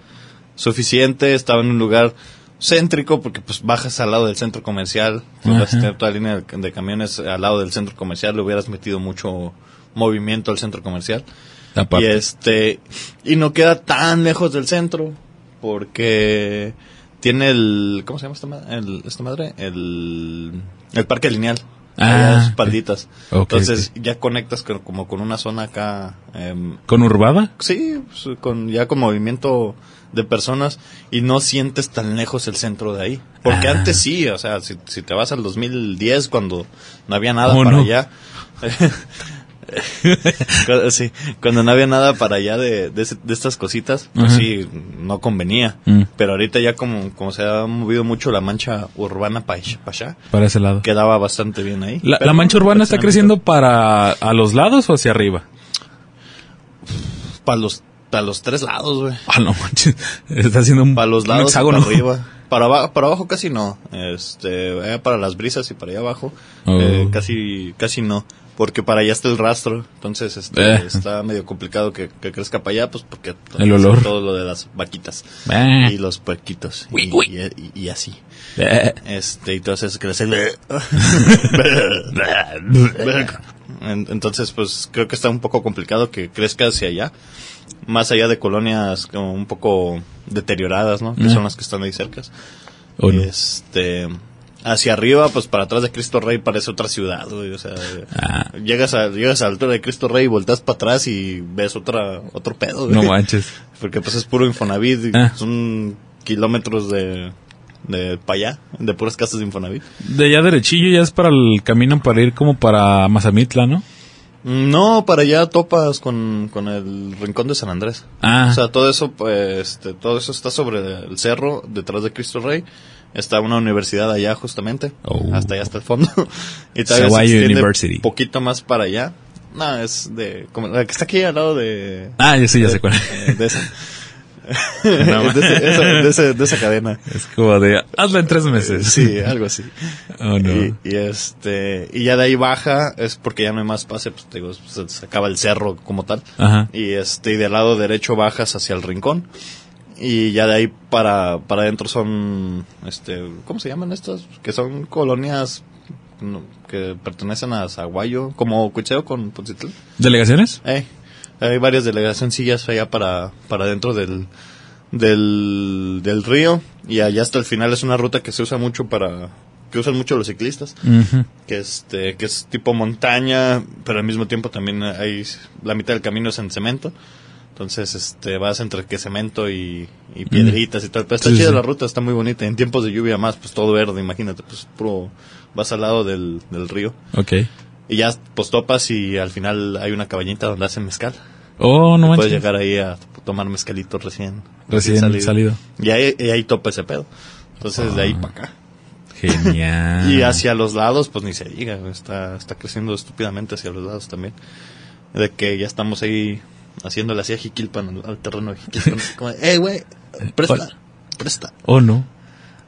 [SPEAKER 1] suficiente, estaba en un lugar céntrico porque pues bajas al lado del centro comercial, tú
[SPEAKER 2] Ajá.
[SPEAKER 1] vas a tener toda la línea de, de camiones al lado del centro comercial, le hubieras metido mucho movimiento al centro comercial y
[SPEAKER 2] Aparte.
[SPEAKER 1] este y no queda tan lejos del centro porque tiene el ¿cómo se llama esta, ma- el- esta madre? El el parque lineal.
[SPEAKER 2] Ah,
[SPEAKER 1] Ah,
[SPEAKER 2] ok.
[SPEAKER 1] espalditas.
[SPEAKER 2] Ok,
[SPEAKER 1] Entonces ya conectas con- como con una zona acá em,
[SPEAKER 2] ¿Con Urbada?
[SPEAKER 1] sí, pues, con ya con movimiento de personas y no sientes tan lejos el centro de ahí. Porque
[SPEAKER 2] Ah.
[SPEAKER 1] antes sí, o sea, si, si te vas al 2010 cuando no había nada
[SPEAKER 2] ¿Cómo
[SPEAKER 1] para
[SPEAKER 2] Oh, no?
[SPEAKER 1] allá. Cu- sí, cuando no había nada para allá de, de, ese- de estas cositas, pues
[SPEAKER 2] Ajá.
[SPEAKER 1] sí, no convenía.
[SPEAKER 2] Mm.
[SPEAKER 1] Pero ahorita ya como, como se ha movido mucho la mancha urbana para allá,
[SPEAKER 2] Para ese lado.
[SPEAKER 1] quedaba bastante bien ahí.
[SPEAKER 2] La,
[SPEAKER 1] Pero pues,
[SPEAKER 2] la mancha urbana está
[SPEAKER 1] fraccionamiento
[SPEAKER 2] creciendo para a los lados o hacia arriba.
[SPEAKER 1] Para los, para los tres lados, güey.
[SPEAKER 2] Ah, no manches. Está haciendo un,
[SPEAKER 1] Para los
[SPEAKER 2] un
[SPEAKER 1] lados, y
[SPEAKER 2] hexágono.
[SPEAKER 1] para arriba. Para, aba- para abajo casi no. Este, eh, para las brisas y para allá abajo
[SPEAKER 2] Oh.
[SPEAKER 1] eh, casi casi no. Porque para allá está el rastro. Entonces este,
[SPEAKER 2] Eh.
[SPEAKER 1] está medio complicado que, que crezca para allá, pues porque
[SPEAKER 2] El olor.
[SPEAKER 1] todo lo de las vaquitas
[SPEAKER 2] Eh,
[SPEAKER 1] y los puerquitos y,
[SPEAKER 2] Uy, uy.
[SPEAKER 1] y- y- y así.
[SPEAKER 2] eh.
[SPEAKER 1] Este, y entonces crece. En- Entonces, pues creo que está un poco complicado que crezca hacia allá, más allá de colonias como un poco deterioradas, ¿no? Que
[SPEAKER 2] Ajá.
[SPEAKER 1] son las que están ahí cerca.
[SPEAKER 2] O Oh, no.
[SPEAKER 1] Este, hacia arriba, pues para atrás de Cristo Rey parece otra ciudad, güey, O sea,
[SPEAKER 2] Ah,
[SPEAKER 1] llegas a, llegas a la altura de Cristo Rey y volteas para atrás y ves otra, otro pedo,
[SPEAKER 2] no
[SPEAKER 1] güey.
[SPEAKER 2] manches.
[SPEAKER 1] Porque pues es puro Infonavit, y
[SPEAKER 2] Ah.
[SPEAKER 1] son kilómetros de, de para allá, de puras casas de Infonavit.
[SPEAKER 2] De allá derechillo ya es para el camino para ir como para Mazamitla, ¿no?
[SPEAKER 1] No, para allá topas con, con el rincón de San Andrés.
[SPEAKER 2] Ah,
[SPEAKER 1] O sea, todo eso, pues, este, todo eso está sobre el cerro, detrás de Cristo Rey. Está una universidad allá, justamente.
[SPEAKER 2] Oh.
[SPEAKER 1] Hasta allá, hasta el fondo. y todavía
[SPEAKER 2] Saguayo
[SPEAKER 1] se extiende
[SPEAKER 2] University.
[SPEAKER 1] poquito más para allá. No, es de, como la que está aquí al lado de...
[SPEAKER 2] ah ya sí, ya sé cuál.
[SPEAKER 1] eh, De esa. Es de, ese- esa- de ese- de esa cadena.
[SPEAKER 2] Es como de, hazla en tres meses.
[SPEAKER 1] eh, Sí, algo así.
[SPEAKER 2] Oh, no.
[SPEAKER 1] Y, y este y ya de ahí baja es porque ya no hay más pase pues te digo se, se acaba el cerro como tal
[SPEAKER 2] Ajá.
[SPEAKER 1] y este y del lado derecho bajas hacia el rincón y ya de ahí para para adentro son este cómo se llaman estas que son colonias no, que pertenecen a Zaguayo como Cuicheo con Poncitlán
[SPEAKER 2] ¿Delegaciones?
[SPEAKER 1] eh, hay varias delegacioncillas allá para, para dentro del, del, del río y allá hasta el final es una ruta que se usa mucho para que usan mucho los ciclistas
[SPEAKER 2] Ujú.
[SPEAKER 1] que este que es tipo montaña pero al mismo tiempo también hay la mitad del camino es en cemento entonces este vas entre que cemento y, y piedritas y tal pero está
[SPEAKER 2] Sí,
[SPEAKER 1] chida
[SPEAKER 2] sí.
[SPEAKER 1] la ruta está muy bonita en tiempos de lluvia más pues todo verde imagínate pues puro vas al lado del, del río
[SPEAKER 2] Ok.
[SPEAKER 1] y ya pues topas y al final hay una cabañita donde hacen mezcal
[SPEAKER 2] Oh, no
[SPEAKER 1] Puedes
[SPEAKER 2] manches.
[SPEAKER 1] llegar ahí a tomar mezcalito recién.
[SPEAKER 2] Recién salido.
[SPEAKER 1] Y ahí, y ahí topa ese pedo. Entonces, de ahí
[SPEAKER 2] Ah.
[SPEAKER 1] para acá.
[SPEAKER 2] Genial.
[SPEAKER 1] Y hacia los lados, pues ni se diga. güey, Está, está creciendo estúpidamente hacia los lados también. de que ya estamos ahí haciéndole así a Jiquilpan, al, al terreno de Jiquilpan. así como, eh, güey, presta,
[SPEAKER 2] Hola.
[SPEAKER 1] presta.
[SPEAKER 2] ¿O Oh, no?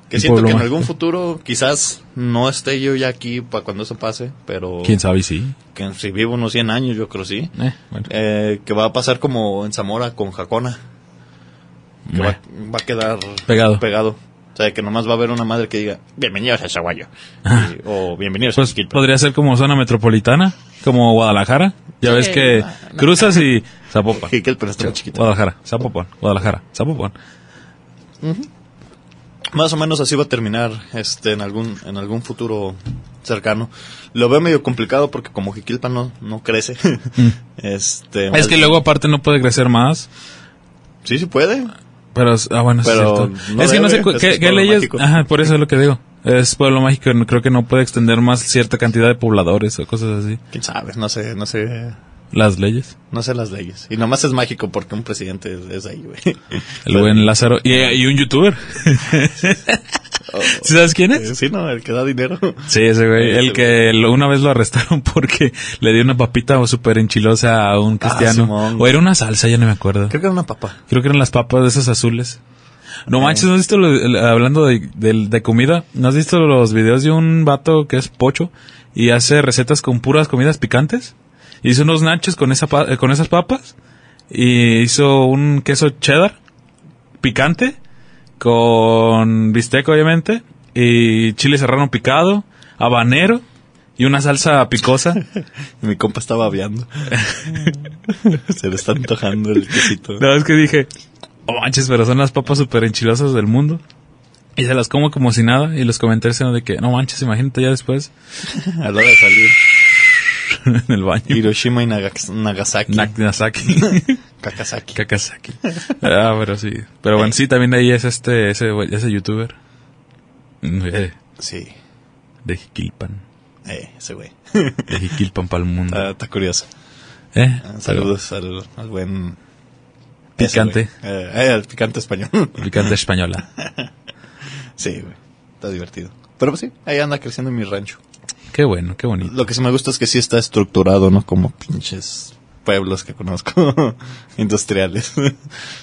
[SPEAKER 1] Que
[SPEAKER 2] Un
[SPEAKER 1] siento
[SPEAKER 2] pueblo
[SPEAKER 1] que en
[SPEAKER 2] mágico.
[SPEAKER 1] algún futuro quizás no esté yo ya aquí para cuando eso pase, pero
[SPEAKER 2] ¿Quién sabe y sí?
[SPEAKER 1] que si vivo unos 100 años yo creo sí.
[SPEAKER 2] Eh, bueno.
[SPEAKER 1] Eh, que va a pasar como en Zamora con Jacona, que va,
[SPEAKER 2] Meh.
[SPEAKER 1] va a quedar
[SPEAKER 2] Pegado.
[SPEAKER 1] pegado. O sea, que nomás va a haber una madre que diga, bienvenidos a Chaguayo. Y- o bienvenidos a
[SPEAKER 2] Pues
[SPEAKER 1] Jiquilpan.
[SPEAKER 2] podría ser como zona metropolitana, como Guadalajara. Ya ves
[SPEAKER 1] Sí,
[SPEAKER 2] que
[SPEAKER 1] no, no.
[SPEAKER 2] cruzas y Zapopan.
[SPEAKER 1] Jiquilpan está muy chiquito.
[SPEAKER 2] Guadalajara, Zapopan, Guadalajara, Zapopan.
[SPEAKER 1] Más o menos así va a terminar este en algún en algún futuro cercano. Lo veo medio complicado porque como Jiquilpan no, no crece. este
[SPEAKER 2] Mm. Es que luego aparte no puede crecer más,
[SPEAKER 1] Sí, sí puede.
[SPEAKER 2] pero ah bueno, es
[SPEAKER 1] Pero
[SPEAKER 2] cierto.
[SPEAKER 1] no
[SPEAKER 2] es que no
[SPEAKER 1] debe,
[SPEAKER 2] sé cu-
[SPEAKER 1] es que
[SPEAKER 2] qué,
[SPEAKER 1] es
[SPEAKER 2] qué
[SPEAKER 1] pueblo
[SPEAKER 2] leyes,
[SPEAKER 1] mágico.
[SPEAKER 2] ajá, por eso es lo que digo. Es pueblo mágico, no- creo que no puede extender más cierta cantidad de pobladores o cosas así.
[SPEAKER 1] Quién sabe, no sé, no sé,
[SPEAKER 2] Las leyes.
[SPEAKER 1] no sé las leyes. Y nomás es mágico porque un presidente es, es ahí, güey. Pues
[SPEAKER 2] El buen Lázaro y, y un youtuber. ¿Sí ¿Sabes quién es?
[SPEAKER 1] Oh, eh, Sí, no, el que da dinero.
[SPEAKER 2] Sí, ese güey.
[SPEAKER 1] Ese
[SPEAKER 2] El que lo- una vez lo arrestaron porque le dio una papita súper enchilosa a un cristiano.
[SPEAKER 1] Simón.
[SPEAKER 2] o era una salsa, ya no me acuerdo.
[SPEAKER 1] Creo que era una papa.
[SPEAKER 2] Creo que eran las papas de esas azules. No manches, ¿no has visto, lo- el- hablando de, del- de comida, ¿no has visto los videos de un vato que es pocho y hace recetas con puras comidas picantes? Hizo unos nachos con, esa pa- eh, con esas papas y hizo un queso cheddar picante con bistec, obviamente, y chile serrano picado, habanero y una salsa picosa.
[SPEAKER 1] Mi compa estaba babeando. Se le está antojando el quesito.
[SPEAKER 2] La vez que dije, oh manches, pero son las papas super enchilosas del mundo. Y se las como como si nada. Y los comentarios eran de que, no manches, imagínate ya después
[SPEAKER 1] A la hora de salir.
[SPEAKER 2] en el baño.
[SPEAKER 1] Hiroshima y Nagas- Nagasaki.
[SPEAKER 2] Naknasaki,
[SPEAKER 1] Kakasaki.
[SPEAKER 2] Kakasaki. Ah, pero sí. Pero bueno, sí, también ahí es este, ese, güey- ese youtuber. Mm, eh,
[SPEAKER 1] Sí.
[SPEAKER 2] De Jiquilpan.
[SPEAKER 1] Eh, ese güey.
[SPEAKER 2] De Jiquilpan para el mundo.
[SPEAKER 1] Está, Ah, está curioso.
[SPEAKER 2] Eh,
[SPEAKER 1] Ah, Saludos al, al buen... ese güey.
[SPEAKER 2] Picante.
[SPEAKER 1] Eh, eh, al picante español.
[SPEAKER 2] Picante española.
[SPEAKER 1] sí, güey. Está divertido. Pero pues sí, ahí anda creciendo mi rancho.
[SPEAKER 2] Qué bueno, qué bonito.
[SPEAKER 1] Lo que sí me gusta es que sí está estructurado, ¿no? Como pinches pueblos que conozco industriales.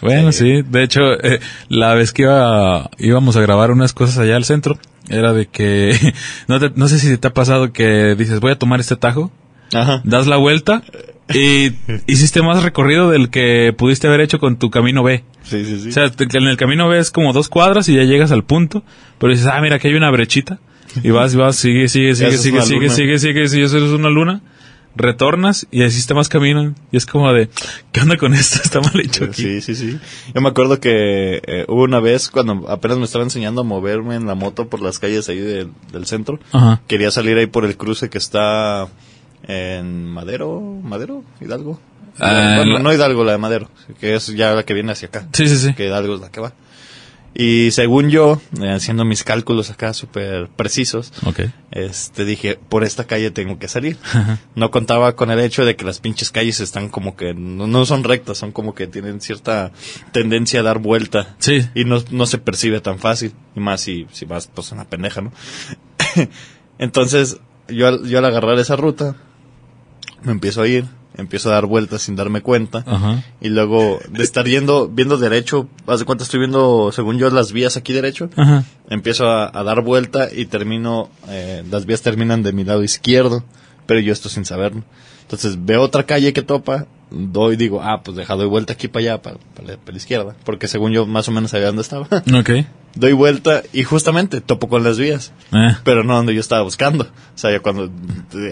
[SPEAKER 2] Bueno, sí. De hecho, eh, la vez que iba, íbamos a grabar unas cosas allá al centro, era de que, no, te- no sé si te ha pasado que dices, voy a tomar este tajo,
[SPEAKER 1] Ajá.
[SPEAKER 2] das la vuelta y hiciste más recorrido del que pudiste haber hecho con tu camino B.
[SPEAKER 1] Sí, sí, sí.
[SPEAKER 2] O sea, te- en el camino ves como dos cuadras y ya llegas al punto, pero dices, ah, mira, aquí hay una brechita. Y vas, y vas, sigue, sigue, sigue,
[SPEAKER 1] Eso es
[SPEAKER 2] sigue,
[SPEAKER 1] una
[SPEAKER 2] sigue,
[SPEAKER 1] luna.
[SPEAKER 2] sigue, sigue, sigue, eso es una luna. Retornas y hiciste más camino. Y es como de, ¿qué onda con esto? Está mal hecho aquí.
[SPEAKER 1] Eh, Sí, sí, sí. Yo me acuerdo que eh, hubo una vez cuando apenas me estaba enseñando a moverme en la moto por las calles ahí del- del centro.
[SPEAKER 2] Ajá.
[SPEAKER 1] Quería salir ahí por el cruce que está en Madero, Madero, Hidalgo.
[SPEAKER 2] Ah,
[SPEAKER 1] bueno,
[SPEAKER 2] la-
[SPEAKER 1] no Hidalgo, la de Madero, que es ya la que viene hacia acá.
[SPEAKER 2] Sí, sí, sí.
[SPEAKER 1] Que Hidalgo es la que va. Y según yo, eh, haciendo mis cálculos acá súper precisos,
[SPEAKER 2] Ok.
[SPEAKER 1] este, dije, por esta calle tengo que salir. No contaba con el hecho de que las pinches calles están como que, no, no son rectas, son como que tienen cierta tendencia a dar vuelta.
[SPEAKER 2] Sí.
[SPEAKER 1] Y no, no se percibe tan fácil. Y más si, si vas, pues, una pendeja, ¿no? Entonces, yo, al- yo al agarrar esa ruta, me empiezo a ir, empiezo a dar vueltas sin darme cuenta.
[SPEAKER 2] Ajá.
[SPEAKER 1] Y luego, de estar yendo, viendo derecho, haz de cuenta estoy viendo, según yo, las vías aquí derecho.
[SPEAKER 2] Ajá.
[SPEAKER 1] Empiezo a, a dar vuelta y termino, eh, las vías terminan de mi lado izquierdo, pero yo esto sin saberlo. Entonces veo otra calle que topa, doy, digo, ah, pues deja, doy vuelta aquí para allá, para, para la, para la izquierda, porque según yo más o menos sabía dónde estaba.
[SPEAKER 2] Ok. Eh.
[SPEAKER 1] doy vuelta y justamente topo con las vías, pero no donde yo estaba buscando. O sea, yo cuando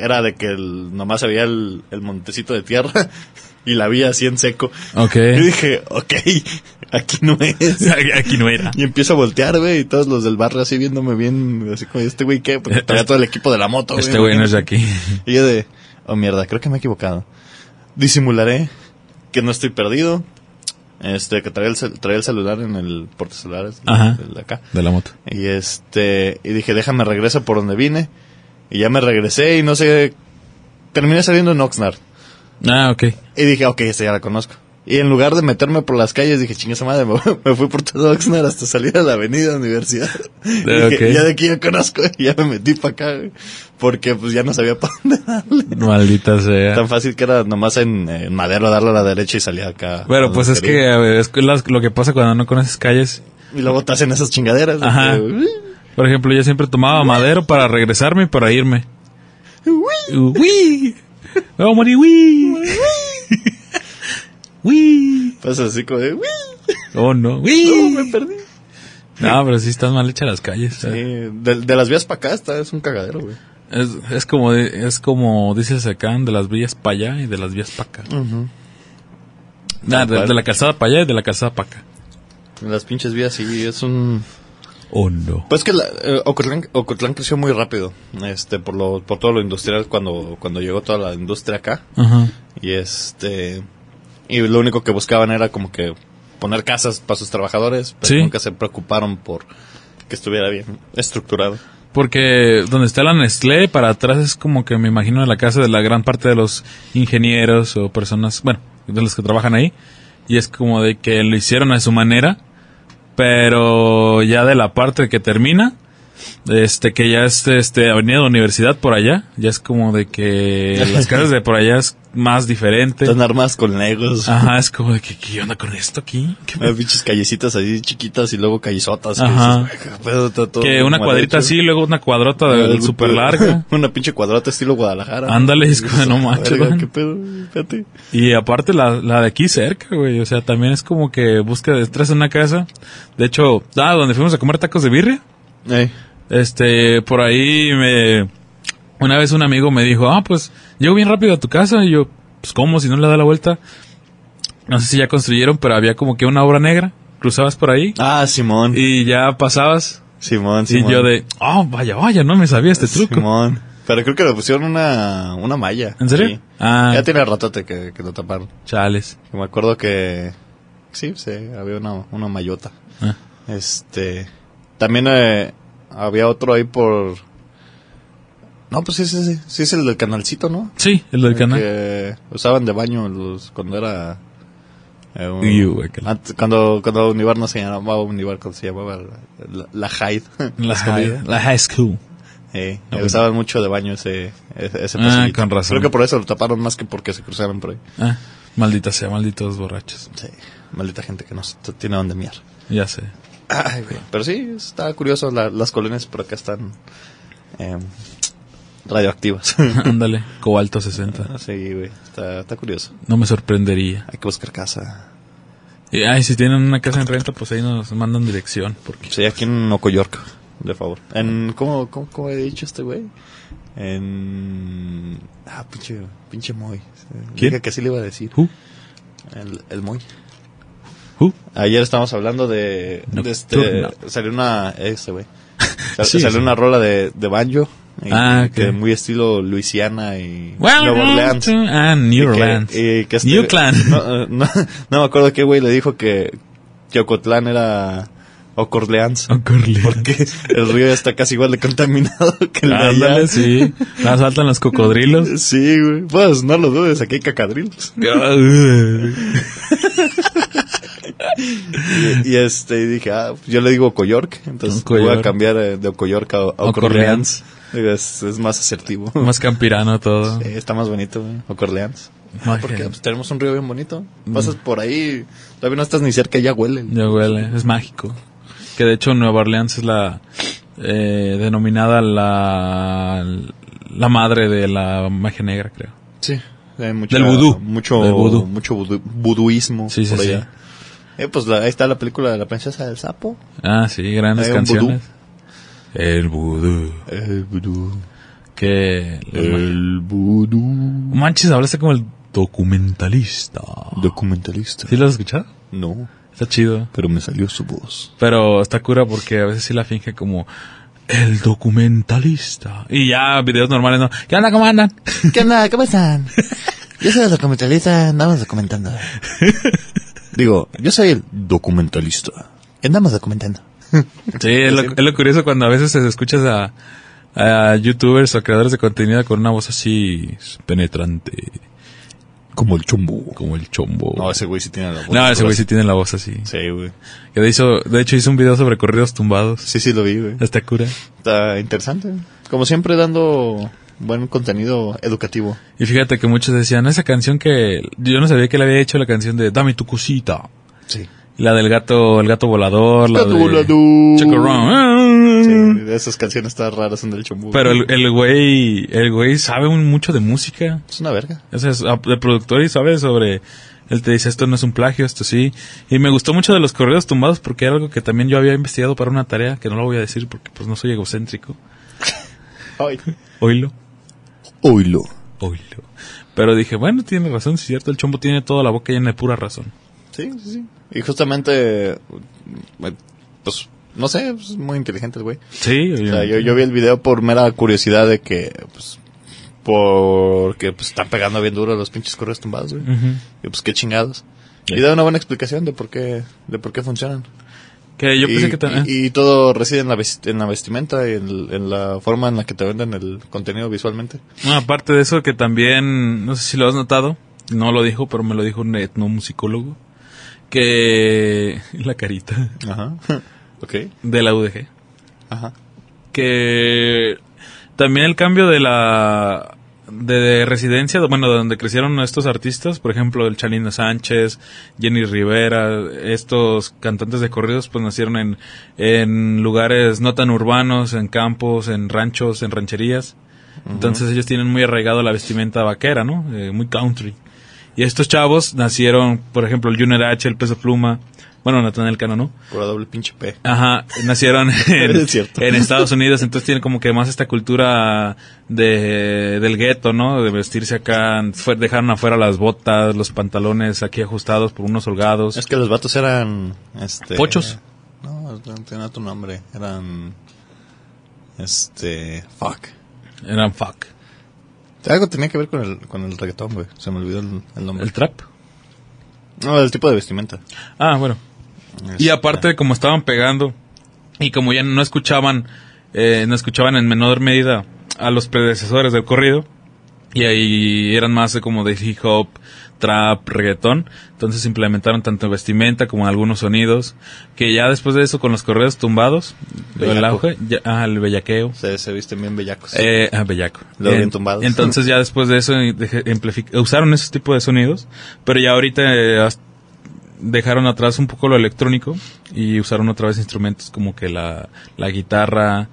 [SPEAKER 1] era de que el- nomás había el, el montecito de tierra y la vía así en seco.
[SPEAKER 2] Ok.
[SPEAKER 1] Yo dije, ok, aquí no es.
[SPEAKER 2] Aquí no era.
[SPEAKER 1] Y empiezo a voltear, güey, y todos los del barrio así viéndome bien, así como, ¿este güey qué? Porque traía todo el equipo de la moto,
[SPEAKER 2] Este güey no es de aquí.
[SPEAKER 1] Y yo de, oh mierda, creo que me he equivocado. Disimularé que no estoy perdido, este, que traía el, cel- traía el celular en el porte celulares,
[SPEAKER 2] Ajá.
[SPEAKER 1] el de acá.
[SPEAKER 2] De la moto.
[SPEAKER 1] Y este, y dije, déjame regreso por donde vine. Y ya me regresé y no sé, terminé saliendo en Oxnard.
[SPEAKER 2] Ah, ok.
[SPEAKER 1] Y dije, ok, esta ya la conozco. Y en lugar de meterme por las calles, dije, chinga esa madre, me, me fui por todo Oxnard hasta salir a la avenida Universidad.
[SPEAKER 2] Ah,
[SPEAKER 1] Dije,
[SPEAKER 2] ok.
[SPEAKER 1] ya de aquí yo conozco, y ya me metí para acá, güey, porque pues ya no sabía para dónde darle.
[SPEAKER 2] Maldita sea.
[SPEAKER 1] Tan fácil que era nomás en, en Madero darle a la derecha y salía acá.
[SPEAKER 2] Bueno, pues es que
[SPEAKER 1] Quería.
[SPEAKER 2] a ver, es que las- lo que pasa cuando no conoces calles.
[SPEAKER 1] Y luego te hacen esas chingaderas. de
[SPEAKER 2] Ajá.
[SPEAKER 1] que, uy,
[SPEAKER 2] Por ejemplo, yo siempre tomaba madero para regresarme y para irme. ¡Uy! ¡Vamos a morir! ¡Uy! ¡Uy!
[SPEAKER 1] Pasa pues, así como de, uy,
[SPEAKER 2] ¡Oh, no!
[SPEAKER 1] no, me
[SPEAKER 2] ¡Uy!
[SPEAKER 1] perdí.
[SPEAKER 2] No, pero sí están mal hechas las calles.
[SPEAKER 1] Sí, de, de las vías para acá está, es un cagadero, güey.
[SPEAKER 2] Es, es como de- es como dices acá, de las vías para allá y de las vías para acá. Nah, de, de la calzada para allá y de la calzada para acá.
[SPEAKER 1] Las pinches vías sí, es un...
[SPEAKER 2] ¡Oh, no!
[SPEAKER 1] Pues que la, eh, Ocotlán, Ocotlán creció muy rápido, este, por lo, por todo lo industrial cuando, cuando llegó toda la industria acá.
[SPEAKER 2] Ajá.
[SPEAKER 1] Y este, y lo único que buscaban era como que poner casas para sus trabajadores, pero
[SPEAKER 2] Sí.
[SPEAKER 1] nunca se preocuparon por que estuviera bien estructurado.
[SPEAKER 2] Porque donde está la Nestlé, para atrás es como que me imagino la casa de la gran parte de los ingenieros o personas, bueno, de los que trabajan ahí. Y es como de que lo hicieron a su manera, pero ya de la parte que termina, este, que ya es este, Avenida de la Universidad por allá, ya es como de que las casas de por allá es más diferente.
[SPEAKER 1] Están armadas con legos,
[SPEAKER 2] Ajá, es como de que, ¿qué onda con esto aquí? ¿Qué
[SPEAKER 1] Hay pinches callecitas ahí chiquitas y luego callesotas. que
[SPEAKER 2] Ajá.
[SPEAKER 1] dices, "Ay, qué pedo, está todo
[SPEAKER 2] Que una
[SPEAKER 1] mal
[SPEAKER 2] cuadrita
[SPEAKER 1] hecho".
[SPEAKER 2] así, luego una cuadrota
[SPEAKER 1] Algo
[SPEAKER 2] súper
[SPEAKER 1] que-
[SPEAKER 2] larga.
[SPEAKER 1] Una pinche cuadrota estilo Guadalajara.
[SPEAKER 2] Ándale, es como, no manches,
[SPEAKER 1] Verga,
[SPEAKER 2] man.
[SPEAKER 1] ¿Qué pedo? Espérate.
[SPEAKER 2] Y aparte la, la de aquí cerca, güey. O sea, también es como que busca detrás en una casa. De hecho, ah, donde fuimos a comer tacos de birria.
[SPEAKER 1] Ey.
[SPEAKER 2] Este, por ahí me... Una vez un amigo me dijo, ah, pues llego bien rápido a tu casa. Y yo, pues cómo, si no le da la vuelta. No sé si ya construyeron, pero había como que una obra negra. Cruzabas por ahí
[SPEAKER 1] Ah, Simón.
[SPEAKER 2] y ya pasabas.
[SPEAKER 1] Simón,
[SPEAKER 2] Y
[SPEAKER 1] Simón.
[SPEAKER 2] yo de, oh, vaya, vaya, no me sabía este truco.
[SPEAKER 1] Simón. Pero creo que le pusieron una, una malla.
[SPEAKER 2] ¿En serio?
[SPEAKER 1] Sí.
[SPEAKER 2] Ah,
[SPEAKER 1] Ya tiene ratote que, que lo taparon.
[SPEAKER 2] chales.
[SPEAKER 1] Yo me acuerdo que... Sí, sí, había una, una mayota.
[SPEAKER 2] Ah.
[SPEAKER 1] Este... También eh, había otro ahí por... No, pues sí, sí, sí. Sí es el del canalcito, ¿no?
[SPEAKER 2] Sí, el del canal.
[SPEAKER 1] Que usaban de baño los, cuando era... eh, un-
[SPEAKER 2] Y, güey, que-
[SPEAKER 1] Antes- cuando, cuando Univar no se llamaba Univar, cuando se llamaba la, la, la Hyde. escondida.
[SPEAKER 2] La high- la high school.
[SPEAKER 1] Eh,
[SPEAKER 2] Ah,
[SPEAKER 1] eh,
[SPEAKER 2] bueno.
[SPEAKER 1] usaban mucho de baño ese, ese, ese
[SPEAKER 2] Ah,
[SPEAKER 1] pasillito.
[SPEAKER 2] con razón.
[SPEAKER 1] Creo que por eso lo taparon más que porque se cruzaron por ahí.
[SPEAKER 2] Ah, maldita sea, malditos borrachos.
[SPEAKER 1] Sí, maldita gente que no se- t- tiene dónde miar.
[SPEAKER 2] Ya sé.
[SPEAKER 1] Pero sí, está curioso, la- las colonias por acá están eh, radioactivas.
[SPEAKER 2] Ándale, cobalto 60.
[SPEAKER 1] sí, güey, está, está curioso.
[SPEAKER 2] No me sorprendería.
[SPEAKER 1] Hay que buscar casa.
[SPEAKER 2] Y, ay, si tienen una casa en renta, pues ahí nos mandan dirección. Porque...
[SPEAKER 1] Sí, aquí en Ocoyorca, de favor. En, ¿cómo, cómo, cómo he dicho este güey? En... Ah, pinche, pinche Moy.
[SPEAKER 2] ¿Quién?
[SPEAKER 1] Dije que sí le iba a decir.
[SPEAKER 2] Who?
[SPEAKER 1] El, el Moy.
[SPEAKER 2] Who?
[SPEAKER 1] Ayer estábamos hablando de, de
[SPEAKER 2] No, tú
[SPEAKER 1] este,
[SPEAKER 2] no.
[SPEAKER 1] salió una este güey. Sal-
[SPEAKER 2] Sí,
[SPEAKER 1] salió
[SPEAKER 2] sí.
[SPEAKER 1] una rola de, de banjo y-
[SPEAKER 2] Ah,
[SPEAKER 1] que
[SPEAKER 2] ok.
[SPEAKER 1] muy estilo Luisiana y
[SPEAKER 2] Well,
[SPEAKER 1] Nueva Orleans.
[SPEAKER 2] to- Ah,
[SPEAKER 1] Y
[SPEAKER 2] New
[SPEAKER 1] que-
[SPEAKER 2] Orleans.
[SPEAKER 1] y que este-
[SPEAKER 2] New Clan.
[SPEAKER 1] No, eh, no, no me acuerdo qué güey le dijo que, que Ocotlán era Ocorleans.
[SPEAKER 2] Ocorleans.
[SPEAKER 1] Porque el río ya está casi igual de contaminado que el de allá.
[SPEAKER 2] Ándale, sí. La saltan los cocodrilos.
[SPEAKER 1] Sí, güey. Pues no lo dudes, aquí hay cacadrilos. Y, y, este, y dije, ah, yo le digo Ocoyork, entonces
[SPEAKER 2] Ocoyork.
[SPEAKER 1] voy a cambiar eh, de Ocoyork a, a Ocorleans. Digo, Es, es más asertivo.
[SPEAKER 2] Más campirano todo.
[SPEAKER 1] Eh, está más bonito, güey, Ocorleans.
[SPEAKER 2] Ay,
[SPEAKER 1] Porque pues, tenemos un río bien bonito.
[SPEAKER 2] Mm.
[SPEAKER 1] Pasas por ahí, todavía no estás ni cerca y ya huele.
[SPEAKER 2] Ya huele, es mágico. Que de hecho Nueva Orleans es la eh, denominada la, la madre de la magia negra, creo.
[SPEAKER 1] Sí. Hay mucha-
[SPEAKER 2] Del vudú.
[SPEAKER 1] Mucho,
[SPEAKER 2] Del vudú.
[SPEAKER 1] mucho vudú- vuduismo
[SPEAKER 2] Sí, sí,
[SPEAKER 1] por
[SPEAKER 2] sí.
[SPEAKER 1] allá. Eh, pues la- ahí está la película de la princesa del sapo.
[SPEAKER 2] Ah, sí, grandes
[SPEAKER 1] Hay un
[SPEAKER 2] canciones. El vudú.
[SPEAKER 1] El vudú.
[SPEAKER 2] Que...
[SPEAKER 1] El vudú.
[SPEAKER 2] Manches, hablaste como el documentalista.
[SPEAKER 1] Documentalista.
[SPEAKER 2] ¿Sí lo has escuchado?
[SPEAKER 1] No,
[SPEAKER 2] Está chido.
[SPEAKER 1] pero me salió su voz.
[SPEAKER 2] Pero está cura porque a veces sí la finge como... El documentalista. Y ya videos normales no. ¿Qué onda? ¿Cómo andan?
[SPEAKER 1] ¿Qué onda? ¿Cómo están? Yo soy el documentalista, andamos documentando. Digo, yo soy el documentalista. Andamos documentando.
[SPEAKER 2] Sí, es lo, es lo curioso cuando a veces escuchas a, a youtubers o creadores de contenido con una voz así penetrante.
[SPEAKER 3] Como el chombo.
[SPEAKER 2] Como el chombo.
[SPEAKER 1] No, ese güey sí tiene la voz.
[SPEAKER 2] No, ese güey sí tiene la voz así.
[SPEAKER 1] Sí, güey.
[SPEAKER 2] Que de, hizo- de hecho hizo un video sobre corridos tumbados.
[SPEAKER 1] Sí, sí lo vi, güey.
[SPEAKER 2] Está cura.
[SPEAKER 1] Está interesante. Como siempre, dando buen contenido educativo.
[SPEAKER 2] Y fíjate que muchos decían, esa canción que yo no sabía que le había hecho la canción de Dame tu cosita.
[SPEAKER 1] Sí.
[SPEAKER 2] La del gato, el gato volador, la
[SPEAKER 1] Gato
[SPEAKER 2] de
[SPEAKER 1] volador.
[SPEAKER 2] Check around. ¿eh?
[SPEAKER 1] Sí, de esas canciones tan raras son del chombo.
[SPEAKER 2] Pero el, el güey, el güey sabe un- mucho de música.
[SPEAKER 1] Es una verga.
[SPEAKER 2] O sea, es a- de productor y sabe sobre. Él te dice, esto no es un plagio, esto sí. Y me gustó mucho de los correos tumbados porque era algo que también yo había investigado para una tarea, que no lo voy a decir porque pues no soy egocéntrico.
[SPEAKER 1] Ay.
[SPEAKER 2] Oílo.
[SPEAKER 3] Oilo.
[SPEAKER 2] Oílo. Pero dije, bueno, tiene razón, es cierto, el chombo tiene toda la boca llena de pura razón.
[SPEAKER 1] Sí, sí, sí. Y justamente, eh, pues, no sé, es muy inteligente el güey.
[SPEAKER 2] Sí,
[SPEAKER 1] O sea, yo, yo vi el video por mera curiosidad de que, pues, porque pues, están pegando bien duro los pinches correos tumbados, güey.
[SPEAKER 2] Ujú.
[SPEAKER 1] Y pues, qué chingados. Y
[SPEAKER 2] Sí.
[SPEAKER 1] da una buena explicación de por qué, de por qué funcionan.
[SPEAKER 2] Que yo
[SPEAKER 1] y,
[SPEAKER 2] pensé que también...
[SPEAKER 1] y- y todo reside en la, ves- en la vestimenta, y en, en la forma en la que te venden el contenido visualmente.
[SPEAKER 2] No, aparte de eso, que también, no sé si lo has notado, no lo dijo, pero me lo dijo un etnomusicólogo, que la carita
[SPEAKER 1] Ajá. ok.
[SPEAKER 2] de la UDG,
[SPEAKER 1] Ajá.
[SPEAKER 2] que también el cambio de la de, de residencia, bueno, de donde crecieron estos artistas, por ejemplo, el Chalino Sánchez, Jenny Rivera, estos cantantes de corridos, pues nacieron en, en lugares no tan urbanos, en campos, en ranchos, en rancherías. Entonces ellos tienen muy arraigado la vestimenta vaquera, ¿no? Eh, muy country. Y estos chavos nacieron, por ejemplo, el Junior H, el Peso Pluma, bueno, Natanael Cano, ¿no?
[SPEAKER 1] Por la doble pinche P.
[SPEAKER 2] Ajá, nacieron en,
[SPEAKER 1] Es cierto.
[SPEAKER 2] en Estados Unidos, entonces tienen como que más esta cultura de, del gueto, ¿no? De vestirse acá, fue- dejaron afuera las botas, los pantalones aquí ajustados por unos holgados.
[SPEAKER 1] Es que los vatos eran. Este,
[SPEAKER 2] Pochos.
[SPEAKER 1] No, no tenía otro nombre. Eran. Este. Fuck.
[SPEAKER 2] Eran fuck.
[SPEAKER 1] Algo tenía que ver con el, con el reggaetón, güey. Se me olvidó el, el nombre.
[SPEAKER 2] ¿El trap?
[SPEAKER 1] no, el tipo de vestimenta.
[SPEAKER 2] Ah, bueno. Y
[SPEAKER 1] Este,
[SPEAKER 2] aparte, como estaban pegando y como ya no escuchaban, eh, no escuchaban en menor medida a los predecesores del corrido, y ahí eran más de como de hip hop, trap, reggaetón, entonces implementaron tanto vestimenta como algunos sonidos, que ya después de eso con los correos tumbados, el
[SPEAKER 1] Bellaco.
[SPEAKER 2] auge, ya, ah, el bellaqueo.
[SPEAKER 1] Se, se visten bien bellacos.
[SPEAKER 2] Eh, ah, bellaco.
[SPEAKER 1] Los bien
[SPEAKER 2] En-
[SPEAKER 1] tumbados.
[SPEAKER 2] Entonces ya después de eso eh, deje- amplific- usaron esos tipos de sonidos, pero ya ahorita eh, as- dejaron atrás un poco lo electrónico y usaron otra vez instrumentos como que la, la guitarra,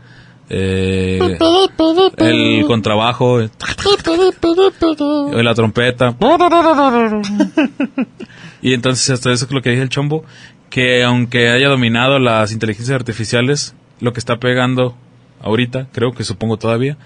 [SPEAKER 2] eh, el contrabajo, eh, o la trompeta. Y entonces hasta eso es lo que dije el chombo, que aunque haya dominado las inteligencias artificiales, lo que está pegando ahorita, creo que supongo todavía,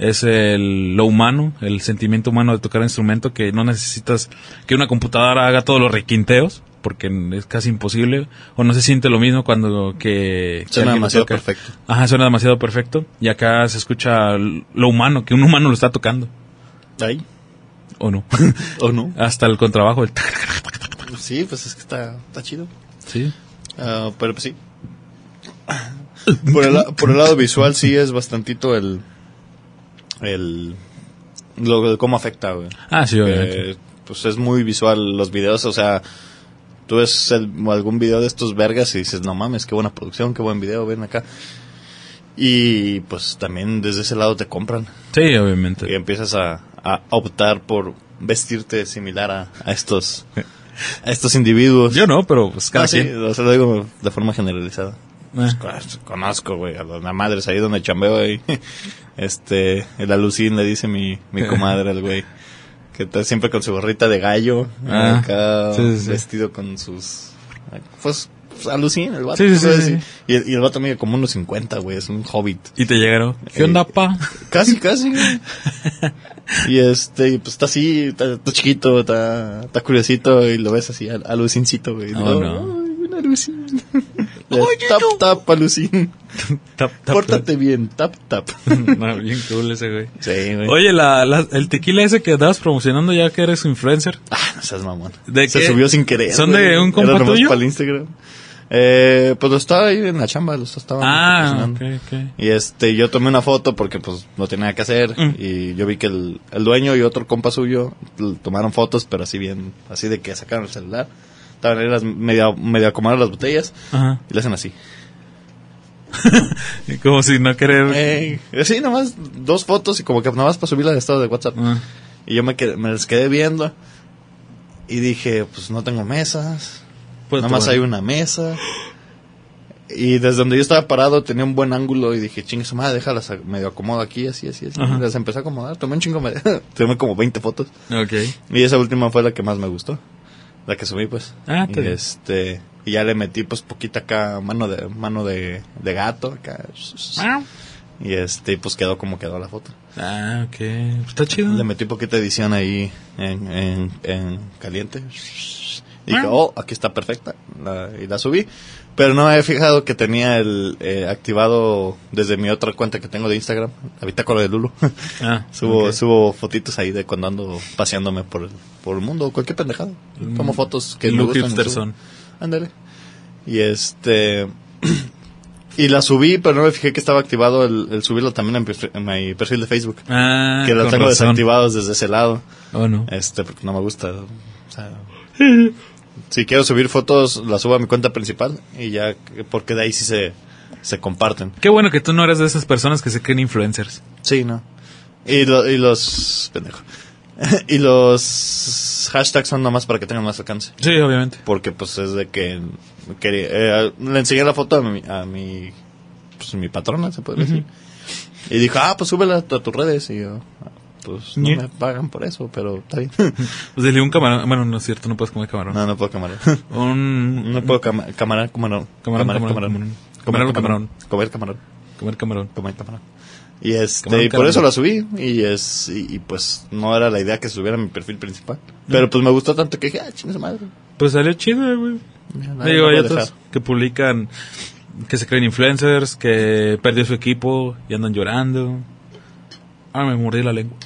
[SPEAKER 2] es el, lo humano, el sentimiento humano de tocar instrumento, que no necesitas que una computadora haga todos los requinteos, porque es casi imposible, o no se siente lo mismo cuando que... que
[SPEAKER 1] Suena
[SPEAKER 2] alguien lo
[SPEAKER 1] demasiado
[SPEAKER 2] toca.
[SPEAKER 1] perfecto.
[SPEAKER 2] Ajá, suena demasiado perfecto, y acá se escucha lo humano, que un humano lo está tocando,
[SPEAKER 1] ¿Ahí?
[SPEAKER 2] o no.
[SPEAKER 1] ¿O no?
[SPEAKER 2] Hasta el contrabajo, el... tac,
[SPEAKER 1] Sí, pues es que está, está chido.
[SPEAKER 2] Sí.
[SPEAKER 1] Ah, pero pues sí. Por el, la- por el lado visual sí es bastantito el... El... Lo de cómo afecta, güey.
[SPEAKER 2] Ah, sí, obviamente.
[SPEAKER 1] Eh, pues es muy visual los videos, o sea, tú ves el- algún video de estos vergas y dices, no mames, qué buena producción, qué buen video, ven acá. Y pues también desde ese lado te compran
[SPEAKER 2] Sí, obviamente.
[SPEAKER 1] y empiezas a, a optar por vestirte similar a, a estos a estos individuos.
[SPEAKER 2] Yo no, pero pues cada
[SPEAKER 1] Ah, sí,
[SPEAKER 2] quien.
[SPEAKER 1] o sea, lo digo de forma generalizada.
[SPEAKER 2] Eh,
[SPEAKER 1] Pues, Conozco, güey, a las madres ahí donde chambeo ahí. Este, el alucín le dice mi, mi comadre al güey. Que está siempre con su gorrita de gallo.
[SPEAKER 2] Ah,
[SPEAKER 1] acá,
[SPEAKER 2] sí, sí, sí.
[SPEAKER 1] vestido con sus. Pues, pues, alucín, el vato.
[SPEAKER 2] Sí, sí, sí,
[SPEAKER 1] ¿sabes?
[SPEAKER 2] sí.
[SPEAKER 1] Y, el- y el vato mide como unos 50, güey, es un hobbit.
[SPEAKER 2] Y te llegaron. ¿Qué
[SPEAKER 1] Eh,
[SPEAKER 2] onda, pa?
[SPEAKER 1] Casi, casi, güey. Y este, y pues está así, está, está chiquito, está, está curiosito, y lo ves así, al- alucincito, güey.
[SPEAKER 2] Oh,
[SPEAKER 1] Digo,
[SPEAKER 2] no.
[SPEAKER 1] "Ay, un alucín. tap, tap, alucín.
[SPEAKER 2] Tap, tap,
[SPEAKER 1] Pórtate bien, tap, tap.
[SPEAKER 2] tap. No, bien cool ese güey.
[SPEAKER 1] Sí, güey.
[SPEAKER 2] Oye, la, la- el tequila ese que andabas promocionando ya que eres influencer.
[SPEAKER 1] Ah, no seas mamón.
[SPEAKER 2] ¿De
[SPEAKER 1] Se
[SPEAKER 2] qué?
[SPEAKER 1] subió sin querer.
[SPEAKER 2] ¿Son
[SPEAKER 1] güey.
[SPEAKER 2] de un compa
[SPEAKER 1] Era nomás
[SPEAKER 2] tuyo?
[SPEAKER 1] para el Instagram. Eh, pues lo estaba ahí en la chamba, lo estaba
[SPEAKER 2] Ah,
[SPEAKER 1] cocinando.
[SPEAKER 2] ok, ok.
[SPEAKER 1] Y este, yo tomé una foto porque pues no tenía nada que hacer.
[SPEAKER 2] Mm.
[SPEAKER 1] Y yo vi que el, el dueño y otro compa suyo l- tomaron fotos, pero así bien, así de que sacaron el celular. Estaban ahí las medio, medio acomodaron las botellas
[SPEAKER 2] Ajá.
[SPEAKER 1] y le hacen así.
[SPEAKER 2] Y Como si no querer...
[SPEAKER 1] Eh, sí, nomás dos fotos y como que nomás para subirlas al estado de WhatsApp.
[SPEAKER 2] Ah.
[SPEAKER 1] Y yo me, quedé, me les quedé viendo y dije, pues no tengo mesas.
[SPEAKER 2] Pues,
[SPEAKER 1] Nada más
[SPEAKER 2] bueno.
[SPEAKER 1] hay una mesa. Y desde donde yo estaba parado tenía un buen ángulo y dije, chingue su madre, déjalas a- medio acomodo aquí, así, así, así.
[SPEAKER 2] Ajá.
[SPEAKER 1] Y Las empecé a acomodar, tomé un chingo, me- tomé como 20 fotos.
[SPEAKER 2] Ok.
[SPEAKER 1] Y esa última fue la que más me gustó, la que subí pues.
[SPEAKER 2] Ah,
[SPEAKER 1] Y,
[SPEAKER 2] está bien.
[SPEAKER 1] este, y ya le metí pues poquita acá, mano de, mano de, de gato acá. Y este, y, pues quedó como quedó la foto.
[SPEAKER 2] Ah, ok. Está chido.
[SPEAKER 1] Le metí poquita edición ahí en, en, en caliente. Y
[SPEAKER 2] Ah.
[SPEAKER 1] dije, oh, aquí está perfecta. La- y la subí. Pero no me había fijado que tenía el eh, activado desde mi otra cuenta que tengo de Instagram, la bitácora de Lulu.
[SPEAKER 2] Ah,
[SPEAKER 1] subo,
[SPEAKER 2] ok.
[SPEAKER 1] subo fotitos ahí de cuando ando paseándome por el, por el mundo, cualquier pendejado. Tomo
[SPEAKER 2] Mm.
[SPEAKER 1] fotos que me
[SPEAKER 2] Lu
[SPEAKER 1] gustan. y subo.
[SPEAKER 2] Hipsterson.
[SPEAKER 1] Ándale. Y este. y la subí, pero no me fijé que estaba activado el, el subirla también en mi perfil- en mi perfil de Facebook
[SPEAKER 2] Ah,
[SPEAKER 1] que los
[SPEAKER 2] con
[SPEAKER 1] tengo
[SPEAKER 2] razón.
[SPEAKER 1] desactivados desde ese lado.
[SPEAKER 2] Oh, no.
[SPEAKER 1] Este, porque no me gusta. o sea, si quiero subir fotos, las subo a mi cuenta principal y ya, porque de ahí sí se, se comparten.
[SPEAKER 2] Qué bueno que tú no eres de esas personas que se creen influencers.
[SPEAKER 1] Sí, ¿no? Y, lo- y los. Pendejo. y los hashtags son nomás para que tengan más alcance.
[SPEAKER 2] Sí, obviamente.
[SPEAKER 1] Porque, pues, es de que. quería- eh, le enseñé la foto a mi. A mi pues mi patrona, se podría decir. Y dijo, ah, pues súbela a tus redes. Y yo, "Ah, pues no
[SPEAKER 2] Ñe.
[SPEAKER 1] me pagan por eso, pero está bien.
[SPEAKER 2] Pues dile un camarón. Bueno, no es cierto, no puedes comer camarón.
[SPEAKER 1] No, no puedo camarar.
[SPEAKER 2] Un,
[SPEAKER 1] No puedo cama- camarar, camarón.
[SPEAKER 2] Camarón,
[SPEAKER 1] Camarar,
[SPEAKER 2] camarón,
[SPEAKER 1] Comer
[SPEAKER 2] camarón. Camarón, camarón.
[SPEAKER 1] Comer camarón.
[SPEAKER 2] Comer camarón.
[SPEAKER 1] Comer camarón. Y, este,
[SPEAKER 2] Camarón,
[SPEAKER 1] y por
[SPEAKER 2] camarón.
[SPEAKER 1] eso la subí. Y, es, y, y pues no era la idea que subiera a mi perfil principal. Pero pues me gustó tanto que dije, ah, chingue su madre.
[SPEAKER 2] Pues salió chido, güey.
[SPEAKER 1] Ya, la- la
[SPEAKER 2] Digo, hay
[SPEAKER 1] voy a
[SPEAKER 2] otros
[SPEAKER 1] dejar.
[SPEAKER 2] que publican que se creen influencers, que perdió su equipo y andan llorando. Ah, me mordí la lengua.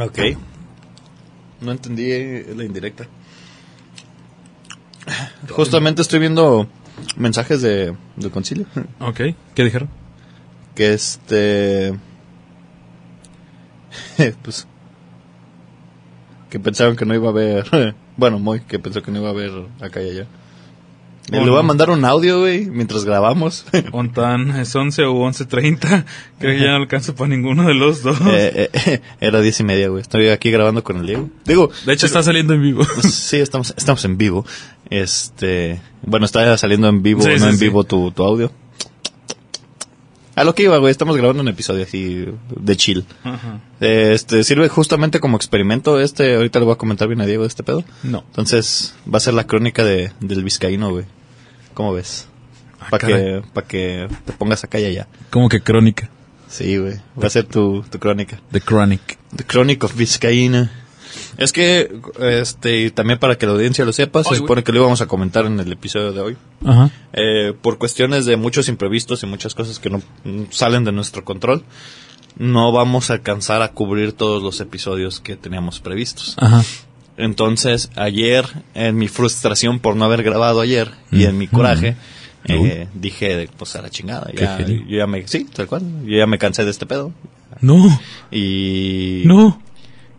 [SPEAKER 1] Ok. No entendí eh, la indirecta. Justamente estoy viendo mensajes de, del concilio.
[SPEAKER 2] Ok, ¿qué dijeron?
[SPEAKER 1] que este pues que pensaron que no iba a haber bueno Moy que pensó que no iba a haber acá y allá Y
[SPEAKER 2] Oh,
[SPEAKER 1] le voy a
[SPEAKER 2] no.
[SPEAKER 1] mandar un audio güey mientras grabamos
[SPEAKER 2] Ah.
[SPEAKER 1] Eh,
[SPEAKER 2] Ontan, es 11 o 11.30. Creo que ya no alcanzo para ninguno de los dos.
[SPEAKER 1] eh, eh, era diez y media güey estoy aquí grabando con el Diego digo pues,
[SPEAKER 2] de hecho, está saliendo en vivo.
[SPEAKER 1] sí estamos estamos en vivo este bueno está saliendo en vivo
[SPEAKER 2] Sí,
[SPEAKER 1] no
[SPEAKER 2] sí,
[SPEAKER 1] en
[SPEAKER 2] sí.
[SPEAKER 1] vivo tu, tu audio a lo que iba güey estamos grabando un episodio así de chill
[SPEAKER 2] Ajá.
[SPEAKER 1] Eh, Este sirve justamente como experimento este. Ahorita le voy a comentar bien a Diego de este pedo.
[SPEAKER 2] No.
[SPEAKER 1] Entonces va a ser la crónica de, del vizcaíno, güey. ¿Cómo ves?
[SPEAKER 2] Ah,
[SPEAKER 1] Para
[SPEAKER 2] caray.
[SPEAKER 1] que, pa' que te pongas acá y allá.
[SPEAKER 2] Como que crónica.
[SPEAKER 1] Sí, güey. Va a ser tu, tu crónica.
[SPEAKER 2] The Chronic.
[SPEAKER 1] The Chronic of Vizcaína. Es que, este, y también para que la audiencia lo sepa, se
[SPEAKER 2] Ay, güey.
[SPEAKER 1] supone que lo íbamos a comentar en el episodio de hoy.
[SPEAKER 2] Ajá.
[SPEAKER 1] Eh, por cuestiones de muchos imprevistos y muchas cosas que no mm, salen de nuestro control, no vamos a alcanzar a cubrir todos los episodios que teníamos previstos.
[SPEAKER 2] Ajá.
[SPEAKER 1] Entonces, ayer, en mi frustración por no haber grabado ayer y en mi coraje, eh, dije, pues a la chingada.
[SPEAKER 2] Qué
[SPEAKER 1] Ya,
[SPEAKER 2] genio.
[SPEAKER 1] yo ya me, sí, tal cual. Yo ya me cansé de este pedo.
[SPEAKER 2] No,
[SPEAKER 1] Y
[SPEAKER 2] no.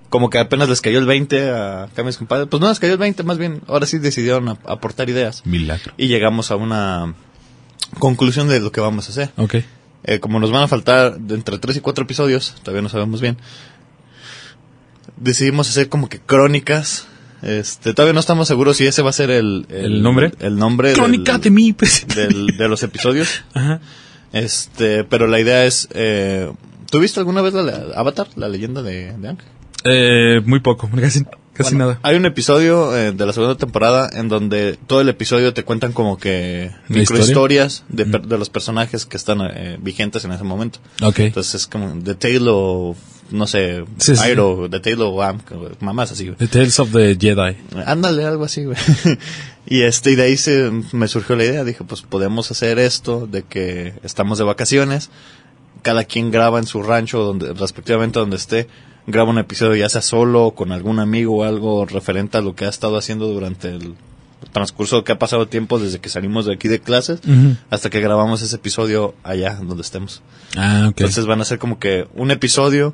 [SPEAKER 1] como que apenas les cayó el 20 a, acá mis compadres. Pues no les cayó el 20, más bien. Ahora sí decidieron ap- aportar ideas.
[SPEAKER 2] Milagro.
[SPEAKER 1] Y llegamos a una conclusión de lo que vamos a hacer.
[SPEAKER 2] Ok.
[SPEAKER 1] Eh, como nos van a faltar de entre 3 y 4 episodios, todavía no sabemos bien, decidimos hacer como que crónicas. Este, todavía no estamos seguros si ese va a ser el,
[SPEAKER 2] ¿El nombre?
[SPEAKER 1] El nombre del-
[SPEAKER 2] Crónica de mi pues.
[SPEAKER 1] del- de los episodios.
[SPEAKER 2] Ajá.
[SPEAKER 1] Este, pero la idea es, eh, ¿tuviste alguna vez la, le- Avatar, la leyenda de, de Aang?
[SPEAKER 2] Eh, muy poco, casi, casi
[SPEAKER 1] Bueno,
[SPEAKER 2] nada.
[SPEAKER 1] Hay un episodio eh, de la segunda temporada en donde todo el episodio te cuentan como que
[SPEAKER 2] ¿La historia? Mm.
[SPEAKER 1] microhistorias de, per- de los personajes que están eh, vigentes en ese momento.
[SPEAKER 2] Ok.
[SPEAKER 1] Entonces es como The Tale of, no sé,
[SPEAKER 2] Sí, sí, sí.
[SPEAKER 1] Iroh, The Tale of Am, mamás así, güey.
[SPEAKER 2] The Tales of the Jedi.
[SPEAKER 1] Ándale, algo así, güey. y este, y de ahí se, me surgió la idea, dije, pues podemos hacer esto de que estamos de vacaciones, cada quien graba en su rancho, donde, respectivamente donde esté, graba un episodio ya sea solo o con algún amigo o algo referente a lo que ha estado haciendo durante el, transcurso que ha pasado tiempo desde que salimos de aquí de clases
[SPEAKER 2] Ujú.
[SPEAKER 1] hasta que grabamos ese episodio allá donde estemos.
[SPEAKER 2] Ah, ok.
[SPEAKER 1] Entonces van a ser como que un episodio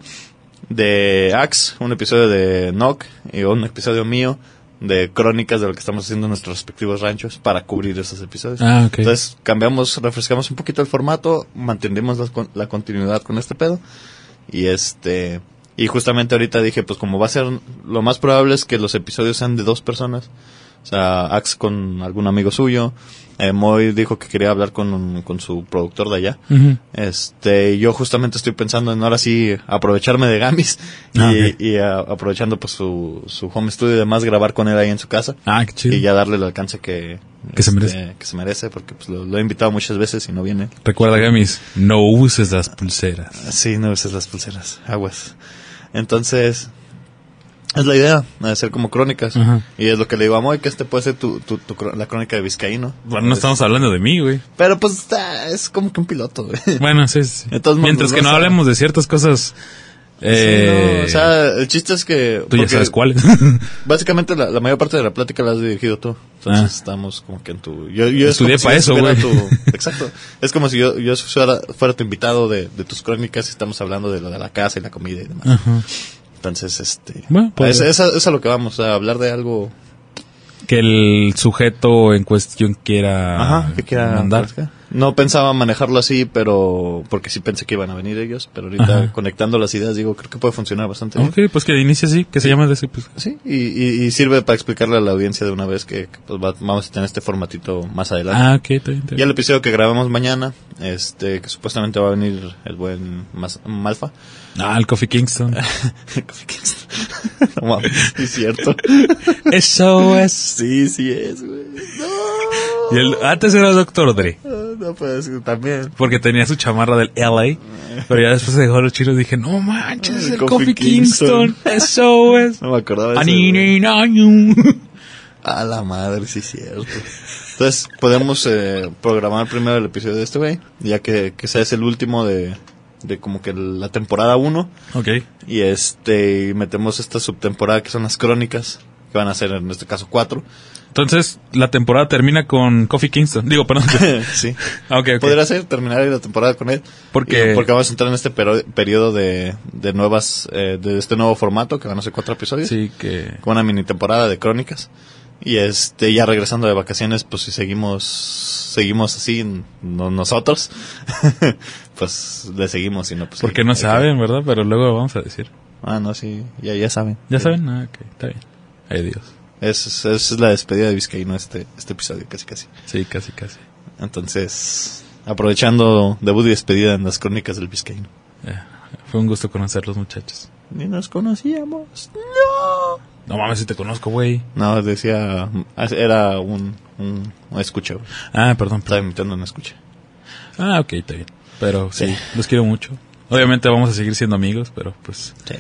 [SPEAKER 1] de Axe, un episodio de Knock y un episodio mío de crónicas de lo que estamos haciendo en nuestros respectivos ranchos para cubrir esos episodios.
[SPEAKER 2] ah, ok.
[SPEAKER 1] Entonces cambiamos, refrescamos un poquito el formato, mantendimos las con- la, continuidad con este pedo. Y este y justamente ahorita dije, pues como va a ser, lo más probable es que los episodios sean de dos personas. O sea, Ax con algún amigo suyo. Eh, Moy dijo que quería hablar con, un- con su productor de allá.
[SPEAKER 2] Ujú.
[SPEAKER 1] Este, yo justamente estoy pensando en ahora sí aprovecharme de Gamis y,
[SPEAKER 2] Ah, ok.
[SPEAKER 1] y, a- aprovechando pues su, su home studio y demás, grabar con él ahí en su casa
[SPEAKER 2] Ah, qué chido.
[SPEAKER 1] y ya este, darle el alcance que, eh,
[SPEAKER 2] Que se merece.
[SPEAKER 1] que se merece, porque pues, lo, lo he invitado muchas veces y no viene.
[SPEAKER 2] Recuerda, Gamis, no uses las pulseras.
[SPEAKER 1] Sí, no uses las pulseras, aguas. Entonces, es la idea, eh, hacer como crónicas.
[SPEAKER 2] Ajá.
[SPEAKER 1] Y es lo que le digo a Moy, que este puede ser tu, tu- tu cro- la crónica de Vizcaíno.
[SPEAKER 2] Bueno, no estamos hablando de mí, güey.
[SPEAKER 1] Pero pues está- es como que un piloto, güey.
[SPEAKER 2] Bueno, sí, sí.
[SPEAKER 1] De todos modos,
[SPEAKER 2] Mientras que
[SPEAKER 1] no
[SPEAKER 2] no
[SPEAKER 1] sé.
[SPEAKER 2] hablemos de ciertas cosas...
[SPEAKER 1] Sí,
[SPEAKER 2] Eh,
[SPEAKER 1] no, o sea, el chiste es que...
[SPEAKER 2] tú ya
[SPEAKER 1] porque
[SPEAKER 2] sabes cuáles.
[SPEAKER 1] Básicamente la, la mayor parte de la plática la has dirigido tú. Entonces
[SPEAKER 2] Ah.
[SPEAKER 1] estamos como que en tu... Yo, yo es
[SPEAKER 2] Estudié
[SPEAKER 1] como si
[SPEAKER 2] pa'
[SPEAKER 1] yo
[SPEAKER 2] eso,
[SPEAKER 1] estuviera
[SPEAKER 2] güey.
[SPEAKER 1] tu- exacto. Es como si yo, yo fuera, fuera tu invitado de, de tus crónicas y estamos hablando de lo de la casa y la comida y demás.
[SPEAKER 2] Ajá.
[SPEAKER 1] Entonces, este...
[SPEAKER 2] Bueno, pues-
[SPEAKER 1] es, es a, es a lo que vamos, a hablar de algo...
[SPEAKER 2] que el sujeto en cuestión quiera,
[SPEAKER 1] ajá, que quiera
[SPEAKER 2] Ah, pues, mandar.
[SPEAKER 1] No pensaba manejarlo así, pero... Porque sí pensé que iban a venir ellos, pero ahorita
[SPEAKER 2] Ajá.
[SPEAKER 1] conectando las ideas digo, creo que puede funcionar bastante bien.
[SPEAKER 2] Ok, pues que inicie así, que se llama de ese, pues.
[SPEAKER 1] Sí, y, y- y sirve para explicarle a la audiencia de una vez que, que, pues, va- vamos a tener este formatito más adelante.
[SPEAKER 2] Ah, ok, está bien, está
[SPEAKER 1] Y
[SPEAKER 2] bien.
[SPEAKER 1] el episodio que grabamos mañana, este, que supuestamente va a venir el buen Mas- Malfa.
[SPEAKER 2] Ah, el Coffee Kingston.
[SPEAKER 1] no mames, sí es cierto.
[SPEAKER 2] Eso es.
[SPEAKER 1] Sí, sí es, güey. No.
[SPEAKER 2] Y el, antes era Doctor Dre,
[SPEAKER 1] Ah, No puede ser, también.
[SPEAKER 2] porque tenía su chamarra del LA. Pero ya después se dejó los chinos y dije, no manches,
[SPEAKER 1] El
[SPEAKER 2] el
[SPEAKER 1] Coffee
[SPEAKER 2] Coffee Kingston. Eso es.
[SPEAKER 1] No me acordaba de eso, güey.
[SPEAKER 2] Anininañu.
[SPEAKER 1] A la madre, sí es cierto. Entonces, podemos eh, programar primero el episodio de este güey, ya que, que sea es el último de, de como que la temporada 1.
[SPEAKER 2] Ok.
[SPEAKER 1] Y este, y metemos esta subtemporada que son las crónicas, que van a ser en este caso cuatro.
[SPEAKER 2] Entonces, la temporada termina con Coffee Kingston. Digo, perdón.
[SPEAKER 1] sí.
[SPEAKER 2] Ah, ok, ok.
[SPEAKER 1] Podría ser terminar la temporada con él.
[SPEAKER 2] Porque-
[SPEAKER 1] Y- porque vamos a entrar en este pero- periodo de, de nuevas, eh, de este nuevo formato, que van a ser cuatro episodios.
[SPEAKER 2] Sí, que.
[SPEAKER 1] Con una mini temporada de crónicas. Y este, ya regresando de vacaciones, pues si seguimos, seguimos así, no- nosotros, pues le seguimos y no, pues.
[SPEAKER 2] Porque
[SPEAKER 1] sí,
[SPEAKER 2] no
[SPEAKER 1] hay que-
[SPEAKER 2] saben, ¿verdad? Pero luego vamos a decir.
[SPEAKER 1] Ah, no, sí, ya, ya saben.
[SPEAKER 2] ¿Ya
[SPEAKER 1] Sí.
[SPEAKER 2] saben? Ah, ok, está bien. Ay, Dios.
[SPEAKER 1] Esa es, esa es la despedida de Vizcaíno este, este episodio, casi casi.
[SPEAKER 2] Sí, casi, casi.
[SPEAKER 1] Entonces, aprovechando debut y despedida en las crónicas del Vizcaíno.
[SPEAKER 2] Ya. Fue un gusto conocerlos, muchachos.
[SPEAKER 1] Ni nos conocíamos. ¡No!
[SPEAKER 2] No mames, si te conozco, güey.
[SPEAKER 1] No, decía, era un, un, un escucha. güey.
[SPEAKER 2] Ah, perdón,
[SPEAKER 1] Estaba
[SPEAKER 2] perdón.
[SPEAKER 1] invitando un escucha.
[SPEAKER 2] Ah, ok, está bien. Pero sí, los quiero mucho. Obviamente vamos a seguir siendo amigos, pero pues...
[SPEAKER 1] Sí.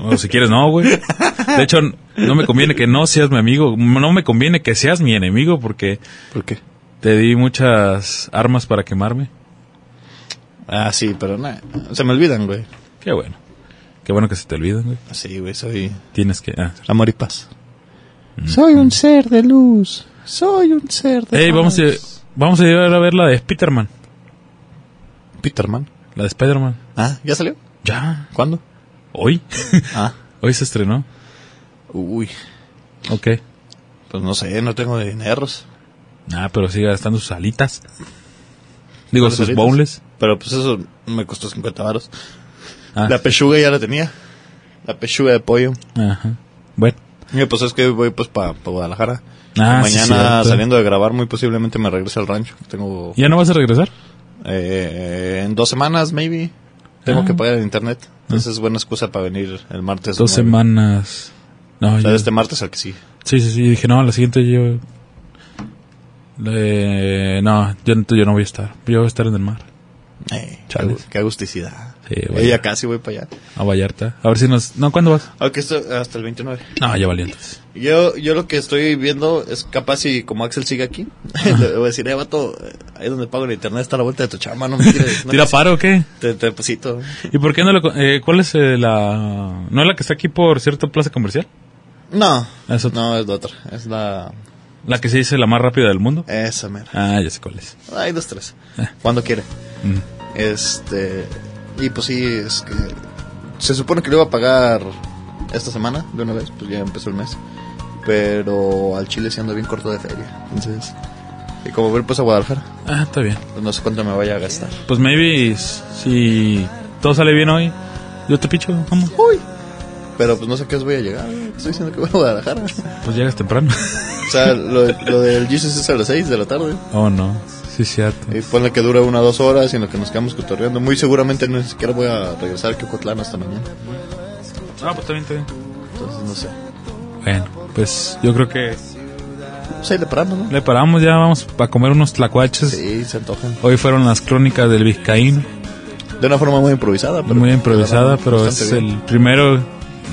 [SPEAKER 2] o si quieres, no, güey. De hecho, no me conviene que no seas mi amigo. No me conviene que seas mi enemigo porque
[SPEAKER 1] ¿Por qué?
[SPEAKER 2] te di muchas armas para quemarme.
[SPEAKER 1] Ah, sí, pero nada. Se me olvidan, güey.
[SPEAKER 2] Qué bueno. Qué bueno que se te olvidan, güey.
[SPEAKER 1] Sí, güey, soy
[SPEAKER 2] Tienes que... Ah.
[SPEAKER 1] amor y paz. Soy un ser de luz. Soy un ser de
[SPEAKER 2] Ey, vamos a, vamos a ir a ver la de Spiderman.
[SPEAKER 1] Peterman.
[SPEAKER 2] La de Spider-Man.
[SPEAKER 1] Ah, ¿ya salió?
[SPEAKER 2] Ya.
[SPEAKER 1] ¿Cuándo?
[SPEAKER 2] Hoy.
[SPEAKER 1] Ah,
[SPEAKER 2] Hoy se estrenó.
[SPEAKER 1] uy.
[SPEAKER 2] Ok.
[SPEAKER 1] Pues no sé, no tengo dineros.
[SPEAKER 2] Ah, pero sigue gastando sus alitas. Digo,
[SPEAKER 1] ¿Cuáles
[SPEAKER 2] sus
[SPEAKER 1] alitas?
[SPEAKER 2] bowls.
[SPEAKER 1] Pero pues eso me costó 50 varos.
[SPEAKER 2] Ah,
[SPEAKER 1] La pechuga ya la tenía. La pechuga de pollo.
[SPEAKER 2] ajá. Bueno.
[SPEAKER 1] Y pues es que voy pues para Guadalajara.
[SPEAKER 2] Ah, sí,
[SPEAKER 1] Mañana
[SPEAKER 2] cierto.
[SPEAKER 1] saliendo de grabar muy posiblemente me regrese al rancho. Tengo
[SPEAKER 2] ¿Ya no vas a regresar?
[SPEAKER 1] eh, en dos semanas, maybe. Tengo
[SPEAKER 2] Ah.
[SPEAKER 1] que pagar el internet. Entonces es buena excusa para venir el martes.
[SPEAKER 2] Dos
[SPEAKER 1] nueve.
[SPEAKER 2] semanas. No,
[SPEAKER 1] O sea,
[SPEAKER 2] yo-
[SPEAKER 1] de este martes al que sí.
[SPEAKER 2] Sí, sí, sí. Dije, no, la siguiente yo... Eh, no, yo, no- yo no voy a estar. Yo voy a estar en el mar.
[SPEAKER 1] Eh, qué
[SPEAKER 2] Chales.
[SPEAKER 1] gu- qué agusticidad.
[SPEAKER 2] Sí,
[SPEAKER 1] Eh,
[SPEAKER 2] vaya.
[SPEAKER 1] ya casi voy para allá.
[SPEAKER 2] A Vallarta. A ver si nos... No, ¿cuándo vas?
[SPEAKER 1] Aunque esto hasta el 29.
[SPEAKER 2] No, ya valientes.
[SPEAKER 1] Yo, yo lo que estoy viendo es capaz si como Axel sigue aquí, le voy a decir, eh, vato, eh, ahí donde pago el internet está a la vuelta de tu chamba, no me tires. No
[SPEAKER 2] ¿Tira
[SPEAKER 1] me-
[SPEAKER 2] paro o qué?
[SPEAKER 1] Te, te pusito.
[SPEAKER 2] ¿Y por qué no lo... co- eh, ¿Cuál es eh, la... ¿No es la que está aquí por cierto plaza comercial?
[SPEAKER 1] No,
[SPEAKER 2] Es otra.
[SPEAKER 1] no es la otra. Es la
[SPEAKER 2] La que se dice la más rápida del mundo.
[SPEAKER 1] Esa, mera.
[SPEAKER 2] Ah, ya sé cuál es.
[SPEAKER 1] Hay dos, tres.
[SPEAKER 2] Ah.
[SPEAKER 1] Cuando quiere.
[SPEAKER 2] Mm.
[SPEAKER 1] Este. Y pues sí, es que. Se supone que lo iba a pagar esta semana, de una vez, pues ya empezó el mes. Pero al chile siendo bien corto de feria. Entonces. Y como voy pues a Guadalajara,
[SPEAKER 2] Ah, está bien.
[SPEAKER 1] pues, no sé cuánto me vaya a gastar.
[SPEAKER 2] Pues maybe s- si todo sale bien hoy, yo te picho, vamos.
[SPEAKER 1] Uy. Pero pues no sé a qué os voy a llegar. Estoy diciendo que voy a Guadalajara.
[SPEAKER 2] Pues llegas temprano.
[SPEAKER 1] O sea, lo, lo del Jesus es a las 6 de la tarde.
[SPEAKER 2] oh, no. Sí, cierto.
[SPEAKER 1] Y ponle que dura una o dos horas y en lo que nos quedamos cotorreando. Muy seguramente ni siquiera voy a regresar a Cocotlán hasta mañana.
[SPEAKER 2] Ah, pues también, está bien.
[SPEAKER 1] Entonces, no sé.
[SPEAKER 2] Bueno, pues yo creo que
[SPEAKER 1] Pues ahí le paramos, ¿no?
[SPEAKER 2] le paramos, ya vamos a comer unos tlacuaches.
[SPEAKER 1] Sí, se antojan.
[SPEAKER 2] Hoy fueron las crónicas del Vizcaíno,
[SPEAKER 1] De una forma muy improvisada. Pero
[SPEAKER 2] muy improvisada,
[SPEAKER 1] la verdad,
[SPEAKER 2] pero
[SPEAKER 1] bastante
[SPEAKER 2] es
[SPEAKER 1] bien.
[SPEAKER 2] el primero,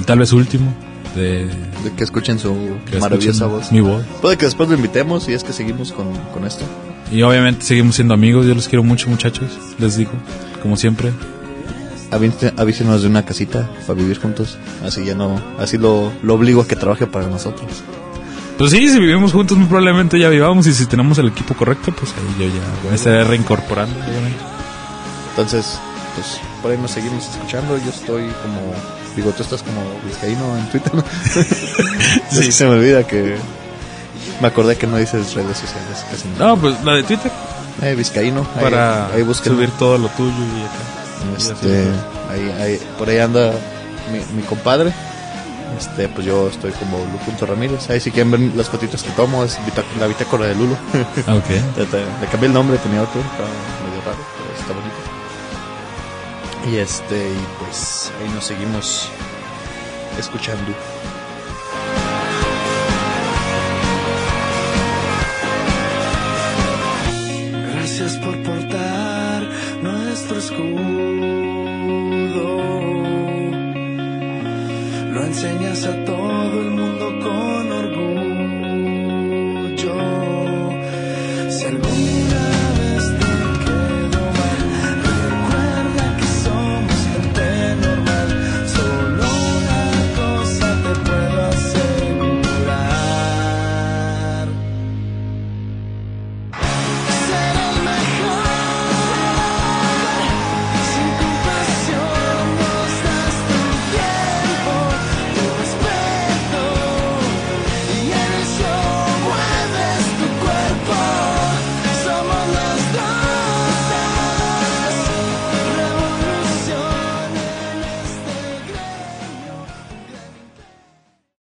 [SPEAKER 2] y tal vez último, de
[SPEAKER 1] De que escuchen su
[SPEAKER 2] que
[SPEAKER 1] maravillosa
[SPEAKER 2] escuchen
[SPEAKER 1] voz.
[SPEAKER 2] Mi voz.
[SPEAKER 1] Puede que después lo invitemos y es que seguimos con, con esto.
[SPEAKER 2] Y obviamente seguimos siendo amigos, yo los quiero mucho muchachos, les digo, como siempre.
[SPEAKER 1] Avísen- Avísenos de una casita para vivir juntos. Así ya no. Así lo, lo obligo a que trabaje para nosotros.
[SPEAKER 2] Pues sí, si vivimos juntos muy probablemente ya vivamos y si tenemos el equipo correcto, pues ahí yo ya me estaré reincorporando. obviamente.
[SPEAKER 1] Entonces, pues por ahí nos seguimos escuchando. Yo estoy como. Digo, tú estás como vizcaíno en Twitter. ¿no? sí, se me olvida que. Me acordé que no dices redes sociales. Casi no.
[SPEAKER 2] No, pues la de Twitter
[SPEAKER 1] Eh, vizcaíno. ahí-
[SPEAKER 2] para
[SPEAKER 1] ahí, búsquenlo.
[SPEAKER 2] subir todo lo tuyo y acá. Y así,
[SPEAKER 1] Este, ahí, ahí- por ahí anda mi, mi compadre. Este, pues yo estoy como Lu. Ramírez. Ahí si quieren ver las fotitos que tomo, es bita- la bitácora de Lulo.
[SPEAKER 2] pues. Ah, Ok.
[SPEAKER 1] Te- te- Le cambié el nombre, tenía otro, estaba medio raro, pero está bonito. Y este, y pues ahí nos seguimos escuchando.
[SPEAKER 4] Gracias por portar nuestro escudo. Lo enseñas a todos.